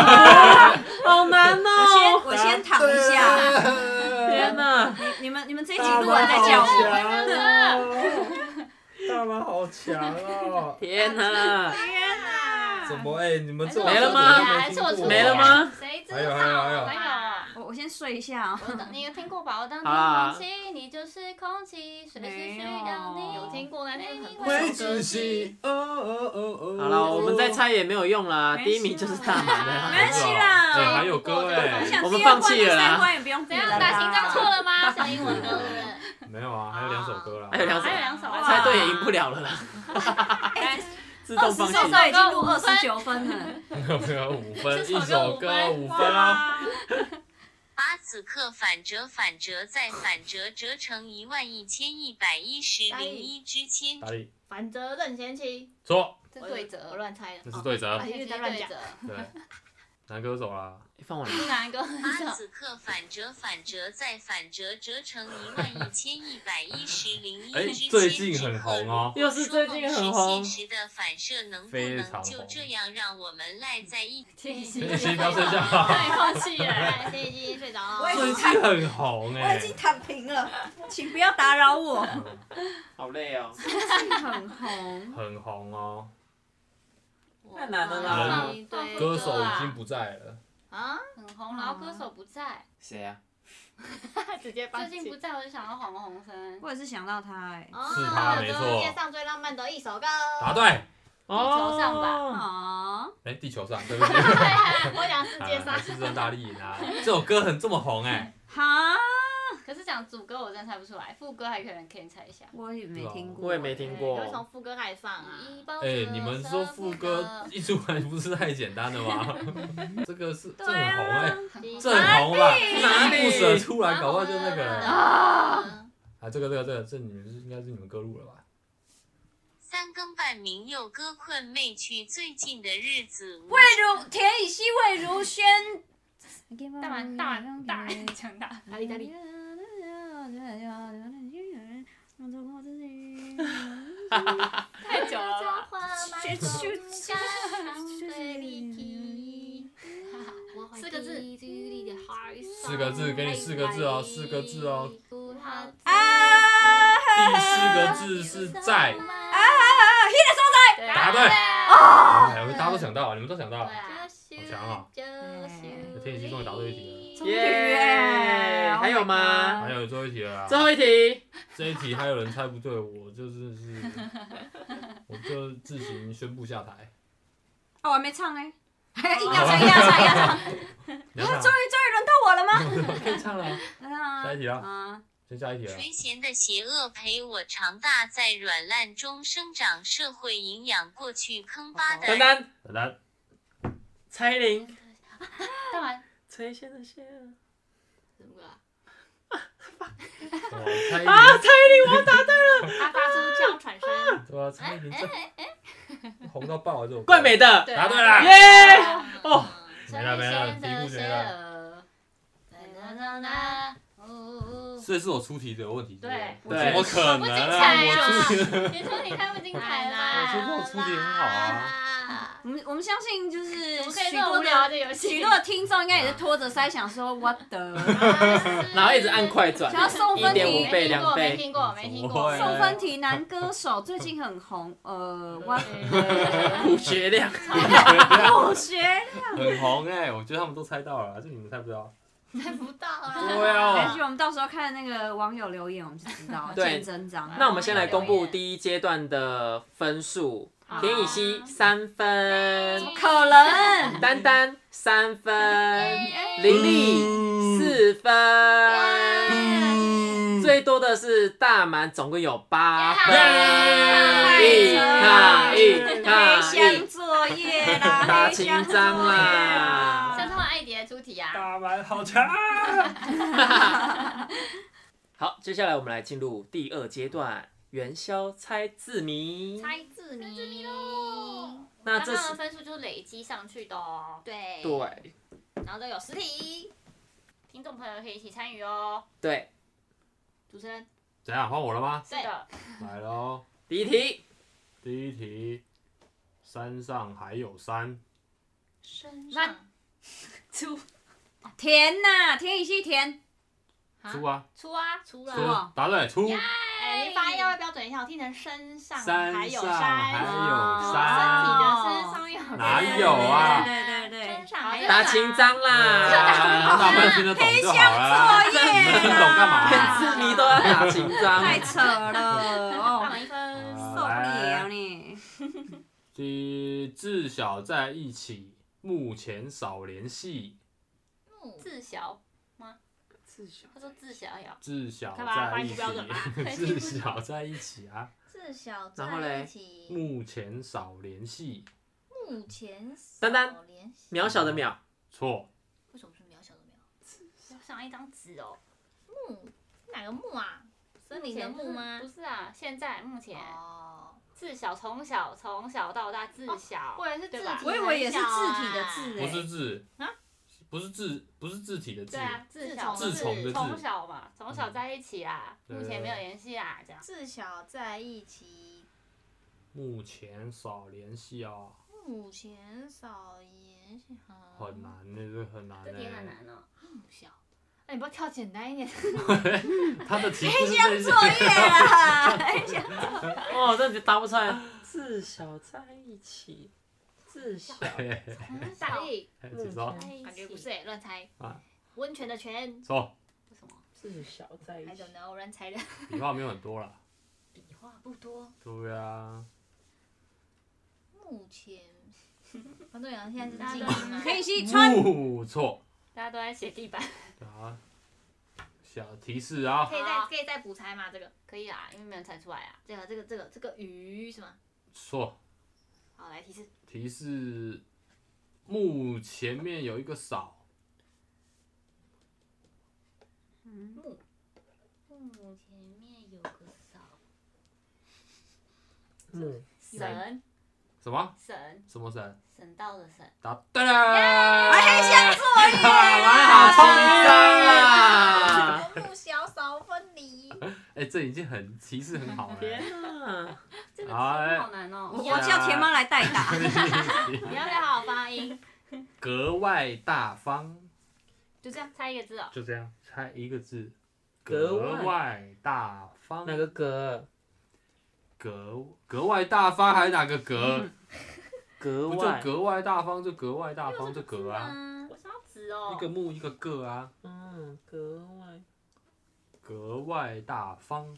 [SPEAKER 1] 好难
[SPEAKER 3] 我先
[SPEAKER 1] 哦！
[SPEAKER 3] 我先躺一下。
[SPEAKER 5] 啊
[SPEAKER 1] 天哪，
[SPEAKER 3] 你们你们这一集录完再叫我。
[SPEAKER 5] 大妈好强哦！
[SPEAKER 1] 天哪，
[SPEAKER 3] 天哪！
[SPEAKER 5] 怎？么哎？你们这
[SPEAKER 1] 没了吗
[SPEAKER 2] 还
[SPEAKER 5] 哦
[SPEAKER 2] 是我出题啊
[SPEAKER 1] 没了吗？
[SPEAKER 2] 谁知道？
[SPEAKER 5] 还有还有还有
[SPEAKER 2] 还有啊
[SPEAKER 3] 我我先睡一下啊。
[SPEAKER 2] 我等你有听过吧？我当
[SPEAKER 1] 啊
[SPEAKER 2] 你空气，你就是空气，随时需要
[SPEAKER 3] 没
[SPEAKER 2] 你。
[SPEAKER 3] 有
[SPEAKER 4] 有听过，但是很不
[SPEAKER 5] 会
[SPEAKER 4] 熟
[SPEAKER 5] 窒
[SPEAKER 4] 歌
[SPEAKER 5] 息。哦哦哦哦！
[SPEAKER 1] 好了，我们再猜也没有用啦，
[SPEAKER 3] 没事
[SPEAKER 1] 第一名就是大满的
[SPEAKER 3] 没
[SPEAKER 1] 啊
[SPEAKER 3] 关。系啦
[SPEAKER 5] 哎，还有歌
[SPEAKER 3] 我
[SPEAKER 5] 哎，
[SPEAKER 3] 想
[SPEAKER 1] 我们
[SPEAKER 3] 第二关
[SPEAKER 1] 放弃了啦
[SPEAKER 3] 第三关也不用比
[SPEAKER 2] 怎
[SPEAKER 3] 了
[SPEAKER 2] 样？
[SPEAKER 3] 啦。
[SPEAKER 2] 打情章错了 吗？
[SPEAKER 4] 是英文歌对不对？
[SPEAKER 5] 没有啊，还有两首歌啦。
[SPEAKER 1] 还有两首
[SPEAKER 2] 还有两首啊，
[SPEAKER 1] 猜对也赢不了了啦，
[SPEAKER 3] 哎
[SPEAKER 1] 自
[SPEAKER 3] 二
[SPEAKER 1] 动
[SPEAKER 3] 十
[SPEAKER 1] 放
[SPEAKER 3] 首
[SPEAKER 1] 弃。哎
[SPEAKER 3] 歌已经录二十九分了。
[SPEAKER 5] 没有五分，
[SPEAKER 2] 这
[SPEAKER 5] 一
[SPEAKER 2] 首歌五
[SPEAKER 5] 首歌
[SPEAKER 2] 分
[SPEAKER 5] 五分啊。
[SPEAKER 6] 把此刻反折、反折再反折，折成一万一千一百一十零一之千。
[SPEAKER 5] 哪里？
[SPEAKER 4] 反折任贤齐，
[SPEAKER 5] 错，
[SPEAKER 2] 这对
[SPEAKER 4] 我
[SPEAKER 2] 折，
[SPEAKER 4] 乱猜的，
[SPEAKER 5] 这是对折
[SPEAKER 2] 啊
[SPEAKER 4] 哦，，一直在乱讲，
[SPEAKER 5] 对，男歌手啊啦。
[SPEAKER 1] 放完了，
[SPEAKER 2] 是哪一个？
[SPEAKER 6] 把此刻反折、反折再反折，折成一万一千一百一十零一
[SPEAKER 5] 哎
[SPEAKER 6] 之千。，
[SPEAKER 5] 最近很红哦。
[SPEAKER 1] 又是最近很红
[SPEAKER 6] 现，实的反射能不
[SPEAKER 5] 非
[SPEAKER 6] 能
[SPEAKER 5] 常
[SPEAKER 6] 就
[SPEAKER 5] 红
[SPEAKER 6] 这样让我们赖在一起？
[SPEAKER 2] 天
[SPEAKER 5] 你
[SPEAKER 2] 心
[SPEAKER 5] 先不要睡觉啊，
[SPEAKER 2] 太放弃了。
[SPEAKER 4] 哎谢谢睡着
[SPEAKER 3] 我
[SPEAKER 4] 了
[SPEAKER 3] 也。
[SPEAKER 5] 最近很红哎。
[SPEAKER 3] 躺平了，请不要打扰我。
[SPEAKER 1] 好好累哦。
[SPEAKER 3] 很红，
[SPEAKER 5] 很红哦。
[SPEAKER 1] 太难了啦
[SPEAKER 2] 放
[SPEAKER 4] 人
[SPEAKER 2] 放
[SPEAKER 5] 歌手
[SPEAKER 2] 啊
[SPEAKER 5] 已经不在了，
[SPEAKER 4] 啊，
[SPEAKER 2] 很红，然后歌手不在，
[SPEAKER 1] 谁啊？
[SPEAKER 4] 直接
[SPEAKER 2] 最近不在，我就想到黄鸿升。
[SPEAKER 3] 我也是想到他哎、
[SPEAKER 4] 哦
[SPEAKER 5] 是他没错
[SPEAKER 4] 世界上最浪漫的一首歌。
[SPEAKER 5] 答对。
[SPEAKER 2] 球上吧
[SPEAKER 1] 哦
[SPEAKER 3] 哦，
[SPEAKER 5] 哎，地球上，对不起。
[SPEAKER 4] 我讲世界
[SPEAKER 5] 啊
[SPEAKER 4] 上，
[SPEAKER 5] 西装大丽颖啊，这首歌很这么红哎，
[SPEAKER 3] 哈，
[SPEAKER 2] 可是讲主歌我真的猜不出来，副歌还可能可以猜一下。
[SPEAKER 3] 我也没听过，
[SPEAKER 1] 啊我也没听
[SPEAKER 4] 你会
[SPEAKER 1] 过
[SPEAKER 4] 从。副歌开始放啊？
[SPEAKER 5] 哎，你们说副歌一出来不是太简单了吗？ 这个是这很红哎，这很红吧？
[SPEAKER 1] 哪里
[SPEAKER 5] 不舍出来，搞不好就那个了。
[SPEAKER 4] 啊，
[SPEAKER 5] 啊，这个这个这个，这你们是应该是你们歌路了吧？
[SPEAKER 6] 三更半明又歌困妹去最近的日子无
[SPEAKER 5] 啊
[SPEAKER 3] 魏如田以希、魏如萱，
[SPEAKER 2] 大碗大碗大碗讲大碗，
[SPEAKER 4] 哪里哪里？
[SPEAKER 2] 太久了吧。
[SPEAKER 3] 咻咻咻
[SPEAKER 2] 四个字，
[SPEAKER 5] 四个字，给你四个字哦，四个字哦。
[SPEAKER 3] 啊！
[SPEAKER 5] 第四个字是在，
[SPEAKER 2] 啊
[SPEAKER 5] 答对。哎，大家都想到，你们都想到，啊好强啊！天宇终于答对一题
[SPEAKER 3] 终于耶！
[SPEAKER 1] 还有吗
[SPEAKER 3] 啊
[SPEAKER 5] 了，还有最后一题了啦。啊
[SPEAKER 1] 最后一题，
[SPEAKER 5] 这一题还有人猜不对，我就真的是，我就自行宣布下台。
[SPEAKER 3] 啊，我还没唱哎，硬要唱，硬要唱，硬要唱！
[SPEAKER 5] 你要唱
[SPEAKER 3] 终于终于轮到我了吗？
[SPEAKER 5] 啊，可以唱了啊，
[SPEAKER 3] 啊，
[SPEAKER 5] 下一题啊
[SPEAKER 3] 啊，
[SPEAKER 5] 先下一题了。
[SPEAKER 6] 垂涎的邪恶陪我长大，在软烂中生长，社会营养过去坑巴的
[SPEAKER 1] 丹丹、
[SPEAKER 5] 等等，
[SPEAKER 1] 蔡依林、
[SPEAKER 2] 大碗
[SPEAKER 1] 崔健的谢尔
[SPEAKER 4] 什么歌啊？
[SPEAKER 5] 我猜
[SPEAKER 1] 啊，
[SPEAKER 5] 一
[SPEAKER 1] 蔡依林，我打
[SPEAKER 4] 他发出娇喘声，
[SPEAKER 5] 题，对啊，猜一题，这红到爆啊！ 这种
[SPEAKER 1] 怪美的，
[SPEAKER 5] 答对了，
[SPEAKER 1] 耶！哦，
[SPEAKER 5] 没了没了，题目没了。
[SPEAKER 2] 了。
[SPEAKER 5] 这是我出题的问题。
[SPEAKER 2] 对
[SPEAKER 5] 不
[SPEAKER 1] 对
[SPEAKER 5] 怎么可
[SPEAKER 2] 不
[SPEAKER 5] 能
[SPEAKER 2] 精
[SPEAKER 5] 啊？
[SPEAKER 2] 彩啊
[SPEAKER 5] 我出题，
[SPEAKER 2] 你说你太不精彩
[SPEAKER 5] 我
[SPEAKER 2] 啦！
[SPEAKER 5] 说我出题很好啊。
[SPEAKER 4] 啊，
[SPEAKER 3] 我们我们相信就是
[SPEAKER 2] 怎么可以
[SPEAKER 3] 许
[SPEAKER 2] 这么
[SPEAKER 3] 多
[SPEAKER 2] 无聊
[SPEAKER 3] 的
[SPEAKER 2] 的游戏
[SPEAKER 3] 许？多的听众应该也是拖着腮想说 what the，
[SPEAKER 1] 然后一直按快转，
[SPEAKER 3] 想要送
[SPEAKER 1] 一
[SPEAKER 3] 分
[SPEAKER 1] 点五
[SPEAKER 3] 题，
[SPEAKER 1] 倍、
[SPEAKER 2] 没听
[SPEAKER 1] 两
[SPEAKER 2] 过，没
[SPEAKER 1] 倍，
[SPEAKER 2] 听过，没听过。
[SPEAKER 5] 怎么
[SPEAKER 3] 送分题男歌手最近很红，呃，what
[SPEAKER 1] 补学量。
[SPEAKER 3] 我学
[SPEAKER 5] 很红哎，我觉得他们都猜到了啊，就你们猜不到。
[SPEAKER 4] 猜不到啊。
[SPEAKER 5] 对
[SPEAKER 3] 没关
[SPEAKER 5] 啊
[SPEAKER 3] 系，，我们到时候看那个网友留言，我们就知道
[SPEAKER 1] 对
[SPEAKER 3] 见真章。
[SPEAKER 1] 那我们先来公布第一阶段的分数
[SPEAKER 3] 好，
[SPEAKER 1] 田以希三分，
[SPEAKER 3] 可能
[SPEAKER 1] 丹丹三分，林
[SPEAKER 5] 嗯
[SPEAKER 1] 丽四分，
[SPEAKER 5] 嗯
[SPEAKER 1] 最多的是大满，总共有八分。
[SPEAKER 5] 耶
[SPEAKER 1] 一卡一
[SPEAKER 3] 黑
[SPEAKER 1] 卡
[SPEAKER 3] 箱
[SPEAKER 1] 一，
[SPEAKER 3] 作业啦，
[SPEAKER 1] 打
[SPEAKER 3] 黑箱
[SPEAKER 1] 清
[SPEAKER 3] 作业
[SPEAKER 1] 章啦
[SPEAKER 3] 啦
[SPEAKER 2] 像他。们艾迪的出题啊，
[SPEAKER 5] 大蛮好强啊。
[SPEAKER 1] 好，接下来我们来进入第二阶段元宵猜字谜。
[SPEAKER 2] 猜字谜。
[SPEAKER 1] 那
[SPEAKER 2] 刚
[SPEAKER 1] 这
[SPEAKER 2] 刚的
[SPEAKER 1] 是
[SPEAKER 2] 分数就是累积上去的哦。
[SPEAKER 4] 对，
[SPEAKER 1] 对
[SPEAKER 4] 然后都有实体，
[SPEAKER 2] 听众朋友可以一起参与哦。
[SPEAKER 1] 对，
[SPEAKER 2] 主持人，
[SPEAKER 5] 怎样？换我了吗？
[SPEAKER 2] 是的，
[SPEAKER 5] 来喽，
[SPEAKER 1] 第一题，
[SPEAKER 5] 第一题，山上还有山。
[SPEAKER 4] 身
[SPEAKER 2] 那
[SPEAKER 4] 上
[SPEAKER 2] 出
[SPEAKER 3] 甜呐，田以希甜，
[SPEAKER 2] 啊
[SPEAKER 5] 出啊，
[SPEAKER 2] 出啊出
[SPEAKER 5] 出
[SPEAKER 3] 出
[SPEAKER 2] 啊！
[SPEAKER 5] 答对，出
[SPEAKER 2] 哎，你发音要不要标准一下？我听成身上还有
[SPEAKER 5] 上还
[SPEAKER 2] 山，
[SPEAKER 5] 有
[SPEAKER 2] 身体
[SPEAKER 5] 山，
[SPEAKER 4] 哦
[SPEAKER 2] 的身上有
[SPEAKER 5] 哪有啊
[SPEAKER 3] 对对对对
[SPEAKER 2] 身，上还有
[SPEAKER 1] 打清章
[SPEAKER 5] 啊
[SPEAKER 1] 啦，
[SPEAKER 5] 大半听得懂就好啦。
[SPEAKER 3] 作业啦
[SPEAKER 5] 你懂干嘛
[SPEAKER 1] 连字谜都要打清章，
[SPEAKER 3] 太扯了
[SPEAKER 2] 大
[SPEAKER 3] 哦，
[SPEAKER 2] 满一分，
[SPEAKER 3] 受
[SPEAKER 5] 好
[SPEAKER 3] 不了
[SPEAKER 5] 来
[SPEAKER 3] 你。
[SPEAKER 5] 自自小在一起，目前少联系。
[SPEAKER 2] 自小。
[SPEAKER 1] 自小
[SPEAKER 2] 他说自小有，
[SPEAKER 5] 自小
[SPEAKER 2] 干嘛
[SPEAKER 5] 在
[SPEAKER 2] 发
[SPEAKER 5] 一
[SPEAKER 2] 音不标准吧
[SPEAKER 5] 起，自小在一起啊，
[SPEAKER 4] 自小
[SPEAKER 1] 然后嘞
[SPEAKER 4] 在一起，
[SPEAKER 5] 目前少联系。
[SPEAKER 4] 目前少
[SPEAKER 1] 丹丹
[SPEAKER 4] 联系
[SPEAKER 1] 渺小的渺，
[SPEAKER 5] 错，
[SPEAKER 4] 为什么是渺小的渺？
[SPEAKER 2] 上一张纸哦，
[SPEAKER 4] 木哪个木啊？森林的木吗
[SPEAKER 2] 不？是啊，现在目前
[SPEAKER 4] 哦，
[SPEAKER 2] 自小从小从小到大自小，
[SPEAKER 4] 我以为是
[SPEAKER 2] 对
[SPEAKER 4] 字
[SPEAKER 2] 吧
[SPEAKER 4] 体，
[SPEAKER 3] 我以为也是字体的字
[SPEAKER 5] 不是字
[SPEAKER 4] 啊，
[SPEAKER 5] 不是字，不是字体的字
[SPEAKER 2] 对。啊，自小
[SPEAKER 4] 自
[SPEAKER 5] 从的字
[SPEAKER 2] 从小嘛，从小在一起啦，
[SPEAKER 5] 嗯
[SPEAKER 2] 目前没有联系啦，这样。
[SPEAKER 4] 自小在一起，
[SPEAKER 5] 目前少联系啊，
[SPEAKER 4] 目前少联系，啊
[SPEAKER 5] 很难呢，这很难
[SPEAKER 2] 这题很
[SPEAKER 5] 呢。
[SPEAKER 2] 难哦，
[SPEAKER 4] 木小。
[SPEAKER 2] 哎
[SPEAKER 4] 那你不要跳简单一点，
[SPEAKER 5] 他的题目是这些。
[SPEAKER 3] 作业啦，
[SPEAKER 1] 我真的就答不出来。至少在一起，至少
[SPEAKER 2] 大力，
[SPEAKER 5] 请说
[SPEAKER 2] 感觉不是欸，乱猜
[SPEAKER 5] 啊。
[SPEAKER 2] 温泉的泉，
[SPEAKER 5] 说，
[SPEAKER 2] 为什么
[SPEAKER 1] 至少在一
[SPEAKER 2] ？I
[SPEAKER 1] 起
[SPEAKER 2] don't，know，乱猜的。
[SPEAKER 5] 笔画没有很多啦。
[SPEAKER 2] 笔画不多，
[SPEAKER 5] 对啊，
[SPEAKER 4] 目前，黄东阳现在
[SPEAKER 2] 大
[SPEAKER 4] 是
[SPEAKER 2] 家
[SPEAKER 4] 静
[SPEAKER 2] 都
[SPEAKER 4] 音吗？
[SPEAKER 3] 可以去穿
[SPEAKER 5] 不错
[SPEAKER 2] 大家都在写地板，
[SPEAKER 5] 啊。小提示 啊
[SPEAKER 2] 可，以再
[SPEAKER 4] 好
[SPEAKER 2] 可以再补猜吗？这个哦 可以啦，因为没人猜出来啊。
[SPEAKER 4] 这个这个这个这个鱼是吗？
[SPEAKER 5] 错
[SPEAKER 2] 好，来提示，
[SPEAKER 5] 提示，木前面有一个少，
[SPEAKER 2] 木木前面有个扫，
[SPEAKER 1] 木
[SPEAKER 2] 神
[SPEAKER 5] 什么
[SPEAKER 2] 神
[SPEAKER 5] 什么神？
[SPEAKER 2] 神道的神，
[SPEAKER 5] 答对了，哎，吓死我一
[SPEAKER 1] 好
[SPEAKER 5] 好
[SPEAKER 1] 紧
[SPEAKER 5] 紧张
[SPEAKER 1] 张
[SPEAKER 5] 啦！
[SPEAKER 1] 啦！
[SPEAKER 3] 木小少分离。
[SPEAKER 5] 哎、这已经很提示很好了、
[SPEAKER 1] 天哪，
[SPEAKER 2] 这个
[SPEAKER 5] 好
[SPEAKER 2] 词
[SPEAKER 5] 哎
[SPEAKER 2] 好难哦
[SPEAKER 3] 我。
[SPEAKER 5] 不
[SPEAKER 2] 你
[SPEAKER 5] 会啊
[SPEAKER 2] 要
[SPEAKER 3] 叫田妈来代打。
[SPEAKER 2] 你 要不要好好发音？
[SPEAKER 5] 格外大方，
[SPEAKER 2] 就这样 猜一个字哦。
[SPEAKER 5] 就这样，猜一个字，
[SPEAKER 1] 格
[SPEAKER 5] 格
[SPEAKER 1] 外
[SPEAKER 5] 外大方，
[SPEAKER 1] 哪个格？
[SPEAKER 5] 格格外大方还是哪个格？
[SPEAKER 1] 格
[SPEAKER 5] 不就
[SPEAKER 1] 外
[SPEAKER 5] 格外大方就格外大方就格啊，
[SPEAKER 2] 嗯，我想要纸哦
[SPEAKER 5] 一。个木一个个啊，
[SPEAKER 1] 嗯，格外
[SPEAKER 5] 格外大方，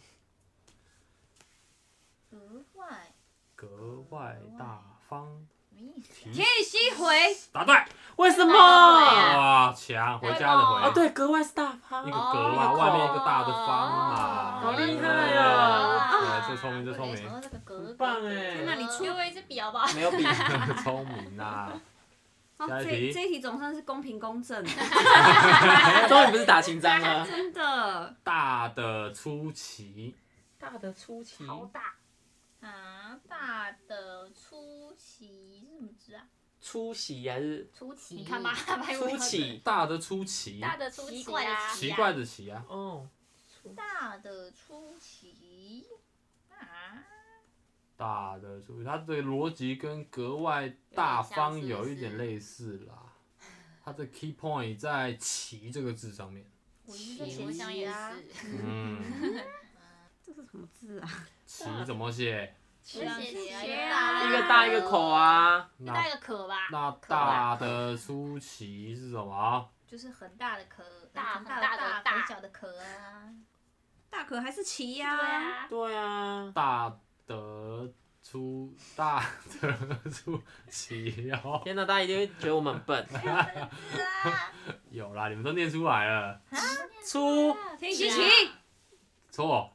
[SPEAKER 4] 格外
[SPEAKER 5] 格外大方，
[SPEAKER 4] 什么意思？
[SPEAKER 5] 提
[SPEAKER 3] 可以吸回，
[SPEAKER 5] 答对，
[SPEAKER 1] 为什
[SPEAKER 2] 对
[SPEAKER 1] 么？
[SPEAKER 2] 啊
[SPEAKER 5] 哇，强，回家的
[SPEAKER 1] 啊，
[SPEAKER 5] 回，
[SPEAKER 1] 对，格外是大方
[SPEAKER 5] 一个。格嘛，
[SPEAKER 1] 哦
[SPEAKER 5] 外面一个大的方嘛，
[SPEAKER 1] 好厉害
[SPEAKER 2] 哦
[SPEAKER 5] 哦！这聪明，这
[SPEAKER 4] 我
[SPEAKER 5] 聪
[SPEAKER 4] 没
[SPEAKER 5] 明
[SPEAKER 4] 想。到这个格格，
[SPEAKER 1] 很棒哎
[SPEAKER 3] 在那里出
[SPEAKER 2] 给我一支笔好不好？
[SPEAKER 5] 没有比聪明呐、
[SPEAKER 3] 哦，
[SPEAKER 5] 下一
[SPEAKER 3] 这
[SPEAKER 5] 题
[SPEAKER 3] 这一题总算是公平公 正，
[SPEAKER 1] 终于不是打情章了。
[SPEAKER 3] 真 的。
[SPEAKER 5] 大的出奇，
[SPEAKER 1] 大的出奇，
[SPEAKER 2] 好大，
[SPEAKER 4] 啊，大的出奇是什么字啊？
[SPEAKER 1] 出席还是
[SPEAKER 2] 出奇，
[SPEAKER 4] 你
[SPEAKER 2] 你
[SPEAKER 4] 看
[SPEAKER 2] 看
[SPEAKER 4] 吧
[SPEAKER 2] 吧，
[SPEAKER 1] 出奇？
[SPEAKER 5] 大的出奇，
[SPEAKER 2] 大的出
[SPEAKER 4] 奇
[SPEAKER 2] 奇
[SPEAKER 4] 怪的
[SPEAKER 2] 啊，
[SPEAKER 5] 奇怪的奇啊，
[SPEAKER 1] 哦，
[SPEAKER 4] 大的出奇啊，
[SPEAKER 5] 大的出奇，它的逻辑跟格外大方有一点类似啦。它的 key point 在“奇”这个字上面。
[SPEAKER 4] 我应该
[SPEAKER 2] 奇，
[SPEAKER 4] 写
[SPEAKER 2] 我想也
[SPEAKER 4] 奇啊，
[SPEAKER 2] 是。
[SPEAKER 5] 嗯，
[SPEAKER 3] 这是什么字啊？
[SPEAKER 5] 奇怎么写？
[SPEAKER 4] 我想写奇
[SPEAKER 2] 一个
[SPEAKER 4] 啊，
[SPEAKER 2] 大
[SPEAKER 1] 一个大一个口，啊，
[SPEAKER 2] 就带
[SPEAKER 5] 那
[SPEAKER 2] 个壳吧，
[SPEAKER 5] 那大的出奇是什么？
[SPEAKER 4] 就是很大的壳，
[SPEAKER 2] 大
[SPEAKER 4] 很大
[SPEAKER 2] 很大的
[SPEAKER 4] 的
[SPEAKER 2] 大
[SPEAKER 4] 很小的壳啊，
[SPEAKER 3] 大可还是奇
[SPEAKER 2] 对
[SPEAKER 3] 呀？
[SPEAKER 2] 啊，
[SPEAKER 1] 对啊，
[SPEAKER 5] 大的出大的出奇哦。
[SPEAKER 1] 天哪，大家一定会觉得我们很笨。
[SPEAKER 5] 有啦，你们都念出来了，
[SPEAKER 1] 出
[SPEAKER 3] 田西奇，
[SPEAKER 5] 错，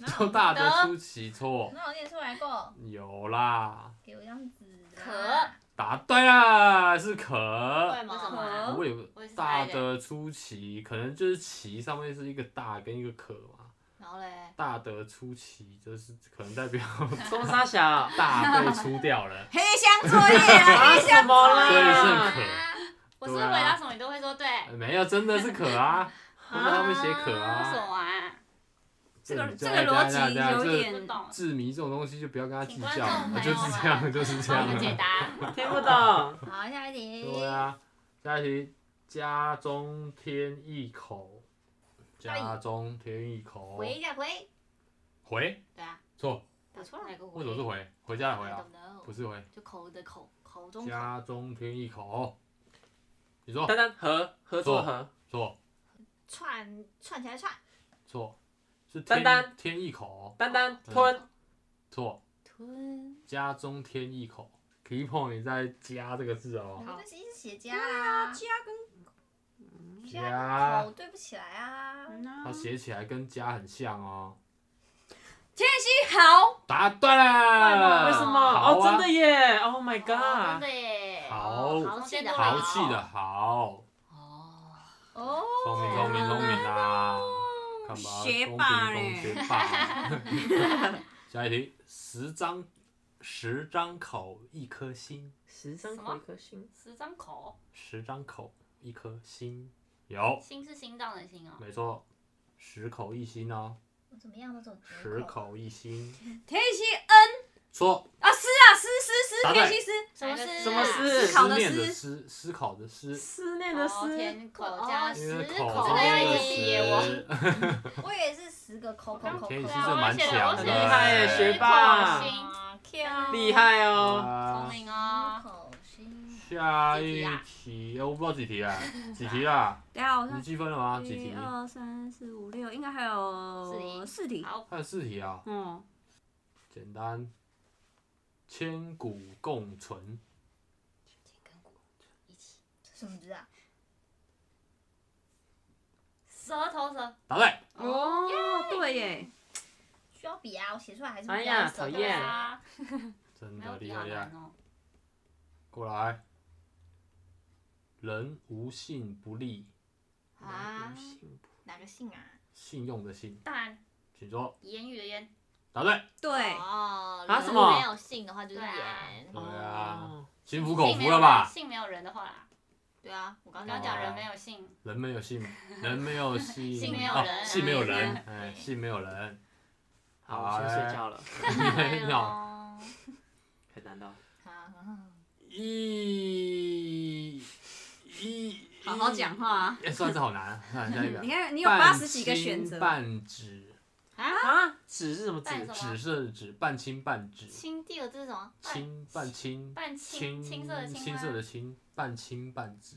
[SPEAKER 4] 哪有
[SPEAKER 5] 都 大的出奇错，
[SPEAKER 4] 那我念出来过，
[SPEAKER 5] 有啦，
[SPEAKER 4] 给我一张纸啊，
[SPEAKER 2] 壳
[SPEAKER 5] 答对啦，是可。
[SPEAKER 2] 为什么？
[SPEAKER 5] 我有
[SPEAKER 2] 啊我也是
[SPEAKER 5] 大
[SPEAKER 2] 猜的
[SPEAKER 5] 的出奇，可能就是奇上面是一个大跟一个可嘛，
[SPEAKER 2] 然后嘞，
[SPEAKER 5] 大的出奇就是可能 代表
[SPEAKER 1] 中沙小，
[SPEAKER 5] 大被出掉了，
[SPEAKER 3] 黑箱作 业
[SPEAKER 2] 哎
[SPEAKER 3] 啊，
[SPEAKER 1] 啊
[SPEAKER 3] 黑
[SPEAKER 1] 什
[SPEAKER 3] 箱
[SPEAKER 1] 么
[SPEAKER 5] 所以是
[SPEAKER 1] 啦？
[SPEAKER 5] 可。
[SPEAKER 2] 我是不是回答什么你都会说对？
[SPEAKER 5] 呃没有，真的是可 啊，我在后面写可
[SPEAKER 2] 为什
[SPEAKER 5] 啊。
[SPEAKER 2] 么啊？
[SPEAKER 3] 这个
[SPEAKER 5] 你
[SPEAKER 3] 这
[SPEAKER 5] 样
[SPEAKER 3] 个逻
[SPEAKER 5] 这样
[SPEAKER 3] 辑
[SPEAKER 5] 这样
[SPEAKER 3] 有
[SPEAKER 5] 这
[SPEAKER 3] 点
[SPEAKER 2] 不懂，
[SPEAKER 5] 字谜这种东西就不要跟他计
[SPEAKER 2] 请观
[SPEAKER 5] 较
[SPEAKER 2] 众，朋友
[SPEAKER 5] 就是这样，
[SPEAKER 2] 们
[SPEAKER 5] 就是这
[SPEAKER 2] 帮我
[SPEAKER 5] 样
[SPEAKER 2] 们。解答。
[SPEAKER 1] 听不懂。
[SPEAKER 4] 好，下一题，
[SPEAKER 5] 对啊，下一题，家中添一口，家中添一口，
[SPEAKER 2] 哎回一下回，
[SPEAKER 5] 回
[SPEAKER 2] 对啊，
[SPEAKER 5] 错，
[SPEAKER 2] 打错了哪个回？
[SPEAKER 5] 为什么是回？回家的回
[SPEAKER 2] ？I
[SPEAKER 5] 啊
[SPEAKER 2] don't，know，
[SPEAKER 5] 不是回，
[SPEAKER 2] 就口的口，口中口
[SPEAKER 5] 家中添一口，你说
[SPEAKER 1] 丹丹合合作合，
[SPEAKER 5] 错
[SPEAKER 4] 串串起来串，
[SPEAKER 5] 错，是
[SPEAKER 1] 丹
[SPEAKER 5] 添
[SPEAKER 1] 丹
[SPEAKER 5] 添一口，
[SPEAKER 1] 丹丹吞
[SPEAKER 5] 错，
[SPEAKER 4] 吞，
[SPEAKER 5] 家中添一口，key point 在“家”这个字哦，
[SPEAKER 4] 我就一直写家啊，家
[SPEAKER 5] 家
[SPEAKER 4] 口，对不起来啊，
[SPEAKER 5] 它写起来跟“家”很像哦，
[SPEAKER 3] 田西好，
[SPEAKER 5] 答对了，
[SPEAKER 1] 为什么？
[SPEAKER 5] 好
[SPEAKER 1] 哦，
[SPEAKER 5] 啊
[SPEAKER 1] 真的耶！Oh my
[SPEAKER 2] 哦
[SPEAKER 1] god！
[SPEAKER 2] 真的耶，
[SPEAKER 5] 好
[SPEAKER 2] 豪气的
[SPEAKER 5] 豪气的好。
[SPEAKER 2] 哦，
[SPEAKER 4] 哦，
[SPEAKER 5] 聪明聪明聪明啊！看吧，
[SPEAKER 3] 学
[SPEAKER 5] 公
[SPEAKER 3] 霸
[SPEAKER 5] 平
[SPEAKER 3] 嘞
[SPEAKER 5] 公学霸。 下一题，十张十张口一颗心，
[SPEAKER 1] 十张口一颗心，
[SPEAKER 2] 十张口，
[SPEAKER 5] 十张口一颗心，有，
[SPEAKER 2] 心是心脏的心哦，
[SPEAKER 5] 没错，十口一心哦，
[SPEAKER 4] 我怎么样都总
[SPEAKER 5] 十口一心，
[SPEAKER 3] 田西恩
[SPEAKER 5] 错，
[SPEAKER 3] 啊，诗啊，诗诗
[SPEAKER 5] 答
[SPEAKER 3] 诗，
[SPEAKER 5] 对
[SPEAKER 3] 田西诗，
[SPEAKER 2] 什么诗？
[SPEAKER 1] 什么
[SPEAKER 3] 思
[SPEAKER 1] 是
[SPEAKER 3] 考
[SPEAKER 5] 思
[SPEAKER 3] 的
[SPEAKER 5] 念
[SPEAKER 3] 思
[SPEAKER 5] 的思，思考的思，
[SPEAKER 1] 思念的
[SPEAKER 2] 哦，
[SPEAKER 1] 思，
[SPEAKER 2] 甜口加
[SPEAKER 5] 因
[SPEAKER 2] 十
[SPEAKER 5] 为口
[SPEAKER 2] 口，
[SPEAKER 5] 是
[SPEAKER 2] 这个要
[SPEAKER 5] 那
[SPEAKER 2] 一
[SPEAKER 5] 个
[SPEAKER 2] 起写我。
[SPEAKER 5] 十，
[SPEAKER 4] 我也是十个扣扣
[SPEAKER 2] 刚
[SPEAKER 4] 扣
[SPEAKER 5] 天蝎
[SPEAKER 4] 扣，
[SPEAKER 5] 其座实蛮强的
[SPEAKER 1] 厉
[SPEAKER 2] 啊
[SPEAKER 1] 害耶学霸
[SPEAKER 3] 啊，Q
[SPEAKER 1] 厉，害哦！
[SPEAKER 5] 啊
[SPEAKER 2] 聪明哦，
[SPEAKER 4] 口心
[SPEAKER 5] 下
[SPEAKER 2] 几
[SPEAKER 5] 一
[SPEAKER 2] 题啊
[SPEAKER 5] 题，哎我不知道几题 啊，几题啊？
[SPEAKER 3] 等一下我
[SPEAKER 5] 你
[SPEAKER 3] 看
[SPEAKER 5] 积分了吗？几
[SPEAKER 3] 一
[SPEAKER 5] 题？
[SPEAKER 3] 二三四五六，应该还有四题。
[SPEAKER 2] 好，
[SPEAKER 5] 还有四题啊，
[SPEAKER 3] 嗯，
[SPEAKER 5] 简单。千古共存，
[SPEAKER 4] 什么字啊？
[SPEAKER 2] 舌头舌，
[SPEAKER 5] 答对。
[SPEAKER 3] 哦，对耶，
[SPEAKER 4] 需要笔啊，我写出来还是
[SPEAKER 1] 哎呀
[SPEAKER 4] 不要
[SPEAKER 1] 讨
[SPEAKER 2] 对
[SPEAKER 1] 厌
[SPEAKER 2] 啊，
[SPEAKER 5] 真
[SPEAKER 2] 没
[SPEAKER 5] 的
[SPEAKER 2] 有
[SPEAKER 5] 厉
[SPEAKER 2] 比
[SPEAKER 5] 害
[SPEAKER 2] 较
[SPEAKER 5] 厉害
[SPEAKER 2] 难，哦，
[SPEAKER 5] 过来。人无信不立，
[SPEAKER 2] 啊，
[SPEAKER 4] 哪个姓啊？
[SPEAKER 5] 信用的信，
[SPEAKER 2] 蛋，
[SPEAKER 5] 请说。
[SPEAKER 2] 言语的言，
[SPEAKER 5] 答对。
[SPEAKER 3] 对，
[SPEAKER 7] 哦，
[SPEAKER 1] 啊
[SPEAKER 7] 人
[SPEAKER 1] 什么
[SPEAKER 7] 没有信的话就是
[SPEAKER 2] 对啊
[SPEAKER 7] 言，
[SPEAKER 5] 对啊，
[SPEAKER 1] 哦，
[SPEAKER 5] 心服口
[SPEAKER 2] 姓没
[SPEAKER 5] 服
[SPEAKER 2] 有
[SPEAKER 5] 了吧
[SPEAKER 2] 人？姓没有人的话啦，
[SPEAKER 7] 对啊，我刚
[SPEAKER 2] 刚
[SPEAKER 7] 刚
[SPEAKER 2] 刚
[SPEAKER 7] 讲
[SPEAKER 2] 讲
[SPEAKER 5] 哦
[SPEAKER 2] 人没有姓，
[SPEAKER 5] 人没有信，人没有 信，
[SPEAKER 2] 信没有
[SPEAKER 5] 哦
[SPEAKER 2] 人
[SPEAKER 5] 信没有
[SPEAKER 3] 哎
[SPEAKER 5] 人
[SPEAKER 3] 呀，
[SPEAKER 5] 哎，信没有人。
[SPEAKER 1] 好，我先睡觉了，
[SPEAKER 5] 没 有
[SPEAKER 7] 哦，
[SPEAKER 1] 很难的。哦
[SPEAKER 5] 一一
[SPEAKER 3] 好好讲，话啊。嗯
[SPEAKER 5] 哎，算是好难，算下一 个
[SPEAKER 3] 你。看，你有八十几个选择，
[SPEAKER 5] 半亲半指，
[SPEAKER 1] 啊，纸是什么纸？
[SPEAKER 2] 半什么
[SPEAKER 5] 指是指，半亲半指，
[SPEAKER 7] 亲第二字是什么？
[SPEAKER 5] 亲半亲，
[SPEAKER 2] 半青
[SPEAKER 5] 青
[SPEAKER 2] 青色的青
[SPEAKER 5] 青
[SPEAKER 2] 吗
[SPEAKER 5] 色的青，半亲半指，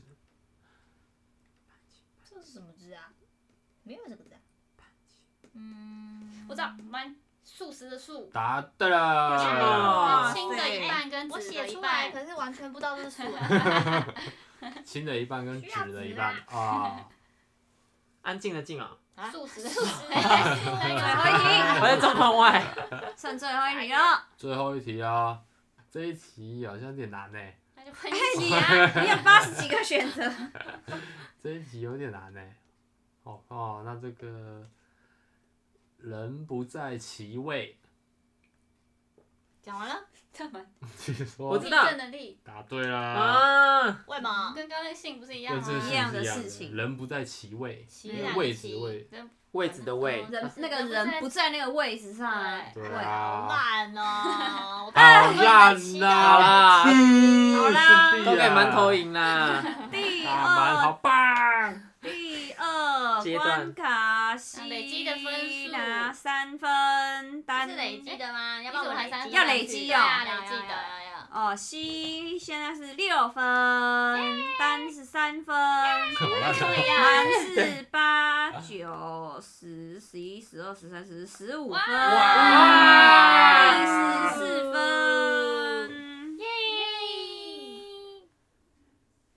[SPEAKER 4] 这是什么字啊？没有这个字啊。
[SPEAKER 7] 嗯，
[SPEAKER 2] 不知道，蛮素食的素，
[SPEAKER 5] 答对啊了。
[SPEAKER 3] 哇
[SPEAKER 2] 青的一半跟
[SPEAKER 7] 我
[SPEAKER 2] 紫的
[SPEAKER 7] 写
[SPEAKER 2] 一
[SPEAKER 7] 出来，可
[SPEAKER 2] 半，
[SPEAKER 7] 是完全不知道这是 数哎。
[SPEAKER 5] 亲的一半跟指
[SPEAKER 4] 需要
[SPEAKER 5] 的一
[SPEAKER 4] 指
[SPEAKER 5] 半啊，
[SPEAKER 1] 安静的静啊，
[SPEAKER 7] 啊
[SPEAKER 2] 素食的素，
[SPEAKER 7] 哎
[SPEAKER 3] 最后
[SPEAKER 1] 我在状况外。
[SPEAKER 3] 一题，剩最后一题了。
[SPEAKER 5] 最后一题啊，这一题好像有点难呢、
[SPEAKER 2] 那就喷
[SPEAKER 3] 哎，
[SPEAKER 2] 一
[SPEAKER 3] 你
[SPEAKER 2] 起
[SPEAKER 3] 啊，你有八十几个选择，
[SPEAKER 5] 这一题有点难呢、哦哦，那这个人不在其位，
[SPEAKER 7] 讲完了，
[SPEAKER 2] 干嘛？
[SPEAKER 5] 据
[SPEAKER 1] 我
[SPEAKER 5] 说
[SPEAKER 1] 知
[SPEAKER 2] 地
[SPEAKER 1] 道
[SPEAKER 2] 震能力
[SPEAKER 5] 答对啦，
[SPEAKER 1] 啊，
[SPEAKER 7] 为毛？
[SPEAKER 2] 跟刚才姓不是一样
[SPEAKER 5] 跟这
[SPEAKER 2] 吗？
[SPEAKER 5] 是
[SPEAKER 3] 一样的
[SPEAKER 5] 一
[SPEAKER 3] 事情
[SPEAKER 5] 人不在其位，
[SPEAKER 7] 其
[SPEAKER 5] 因为
[SPEAKER 7] 哪
[SPEAKER 5] 位
[SPEAKER 7] 个
[SPEAKER 5] 置
[SPEAKER 7] 其
[SPEAKER 5] 位，
[SPEAKER 2] 人
[SPEAKER 1] 位置的位，
[SPEAKER 3] 哦人那个人不在那个位置上啊。
[SPEAKER 5] 对
[SPEAKER 7] 好
[SPEAKER 5] 啊，
[SPEAKER 7] 烂 哦，我
[SPEAKER 5] 好烂啊呐、
[SPEAKER 1] 好啦，
[SPEAKER 5] 好
[SPEAKER 3] 啦
[SPEAKER 1] 都给馒头赢啦。
[SPEAKER 3] 第
[SPEAKER 5] 大馒
[SPEAKER 3] 二
[SPEAKER 5] 啊好棒，
[SPEAKER 3] 第二
[SPEAKER 1] 阶
[SPEAKER 3] 关
[SPEAKER 1] 段
[SPEAKER 3] 卡西
[SPEAKER 2] 累积的分数
[SPEAKER 3] 拿三分，单
[SPEAKER 7] 是累积的吗？要不然我
[SPEAKER 2] 你怎么
[SPEAKER 7] 们
[SPEAKER 2] 还三
[SPEAKER 3] 要累积哦
[SPEAKER 7] 要
[SPEAKER 2] 要
[SPEAKER 7] 累
[SPEAKER 2] 累
[SPEAKER 7] 积
[SPEAKER 2] 积
[SPEAKER 7] 的
[SPEAKER 2] 的
[SPEAKER 7] 呀。呀
[SPEAKER 3] 哦，西现在是六分，单是三分，
[SPEAKER 5] 好烂啊
[SPEAKER 3] 满是八九十十一十二十三十四十五分，
[SPEAKER 1] 哇
[SPEAKER 3] 十四分，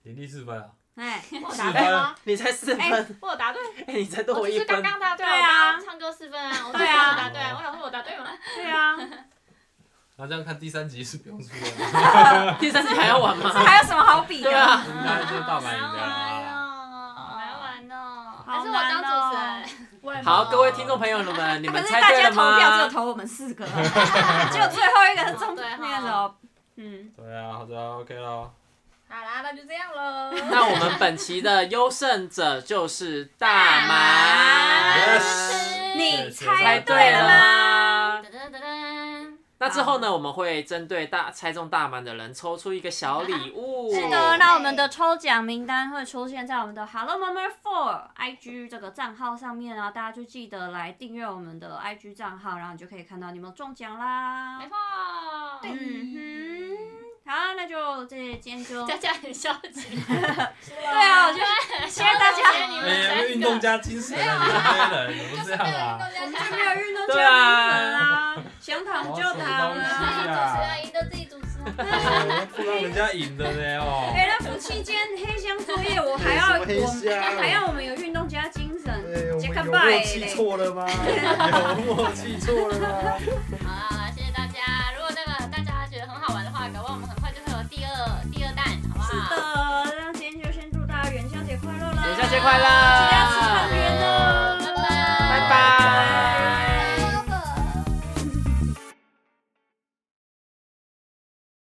[SPEAKER 5] 你第四分啊，
[SPEAKER 3] 哎，
[SPEAKER 2] 我
[SPEAKER 5] 四
[SPEAKER 2] 答
[SPEAKER 5] 分
[SPEAKER 2] 对吗？
[SPEAKER 1] 你才四分，
[SPEAKER 2] 我有答对，
[SPEAKER 1] 哎，你才多
[SPEAKER 2] 我
[SPEAKER 1] 我
[SPEAKER 2] 只
[SPEAKER 1] 一
[SPEAKER 2] 是刚
[SPEAKER 1] 分。
[SPEAKER 2] 刚答对，
[SPEAKER 3] 对
[SPEAKER 2] 我
[SPEAKER 3] 啊
[SPEAKER 2] 刚刚唱歌四分啊，我
[SPEAKER 3] 对啊
[SPEAKER 2] 只是答对，我想说我答对吗？
[SPEAKER 3] 对 啊，
[SPEAKER 5] 那这样看第三集是不用输 了。
[SPEAKER 1] 第三集还要玩
[SPEAKER 3] 这
[SPEAKER 1] 吗？
[SPEAKER 3] 还有什么好比
[SPEAKER 1] 对
[SPEAKER 3] 的？
[SPEAKER 1] 啊，
[SPEAKER 5] 应该就是大阪赢的啦。
[SPEAKER 2] 好
[SPEAKER 7] 啊
[SPEAKER 2] 难玩哦，
[SPEAKER 3] 好
[SPEAKER 2] 还是我
[SPEAKER 3] 难哦
[SPEAKER 2] 当主持人。
[SPEAKER 1] 好，各位听众朋友们，你
[SPEAKER 3] 啊可
[SPEAKER 1] 们
[SPEAKER 3] 是
[SPEAKER 1] 猜
[SPEAKER 3] 大
[SPEAKER 1] 对
[SPEAKER 3] 家
[SPEAKER 1] 了
[SPEAKER 3] 投票只有
[SPEAKER 1] 吗？
[SPEAKER 3] 投我们四个，就最后一个是中
[SPEAKER 2] 哦对
[SPEAKER 3] 那
[SPEAKER 2] 哈
[SPEAKER 3] 个什么，嗯，
[SPEAKER 5] 对啊，好的，OK 了。
[SPEAKER 4] 好啦，那就这样喽。
[SPEAKER 1] 那我们本期的优胜者就是大蛮，
[SPEAKER 2] 嗯
[SPEAKER 5] Yes
[SPEAKER 3] 你
[SPEAKER 1] 猜
[SPEAKER 3] 猜
[SPEAKER 1] 对
[SPEAKER 3] 对
[SPEAKER 1] 了
[SPEAKER 3] 了
[SPEAKER 1] 吗？
[SPEAKER 3] 吗？
[SPEAKER 2] 噔噔噔噔，
[SPEAKER 1] 那之后呢，我们会针对大猜中大满的人抽出一个小礼物。
[SPEAKER 3] 是
[SPEAKER 2] 哦
[SPEAKER 3] 的，那我们的抽奖名单会出现在我们的 Hello Mama Four IG 这个账号上面啊，大家就记得来订阅我们的 IG 账号，然后你就可以看到你们中奖啦
[SPEAKER 2] 没。错。
[SPEAKER 3] 嗯哼，好，那就这今天 就
[SPEAKER 2] 大家很消极，
[SPEAKER 3] 对啊，我觉得谢谢大
[SPEAKER 2] 谢谢
[SPEAKER 3] 家，
[SPEAKER 2] 你
[SPEAKER 5] 哎
[SPEAKER 2] 们
[SPEAKER 5] 呀，
[SPEAKER 2] 三个
[SPEAKER 5] 运动家精神啊，你们这些人怎么这样啊？
[SPEAKER 3] 我们就没有运动
[SPEAKER 1] 对
[SPEAKER 3] 家
[SPEAKER 1] 啊
[SPEAKER 3] 精神啦，想躺就躺
[SPEAKER 5] 什么东西
[SPEAKER 3] 啦。
[SPEAKER 5] 啊
[SPEAKER 7] 主持人赢得自己主持人。
[SPEAKER 5] 哎不让人家赢的呢
[SPEAKER 3] 哎，
[SPEAKER 5] 哦。
[SPEAKER 3] 那夫妻间黑箱作 业，我还要我
[SPEAKER 5] 对什么黑箱哎
[SPEAKER 3] 们还要我们有运动家精神，杰克
[SPEAKER 5] 有
[SPEAKER 3] 拜
[SPEAKER 5] 默
[SPEAKER 3] 嘞
[SPEAKER 5] 契。错了吗？有默契错了吗？
[SPEAKER 2] 好啦，谢谢大家。如果那个大家觉得很好玩的话，搞不好我们很快就会有第二第二弹，好不好？
[SPEAKER 3] 的，那今天就先祝大家元宵节快乐啦！
[SPEAKER 1] 元宵节快乐！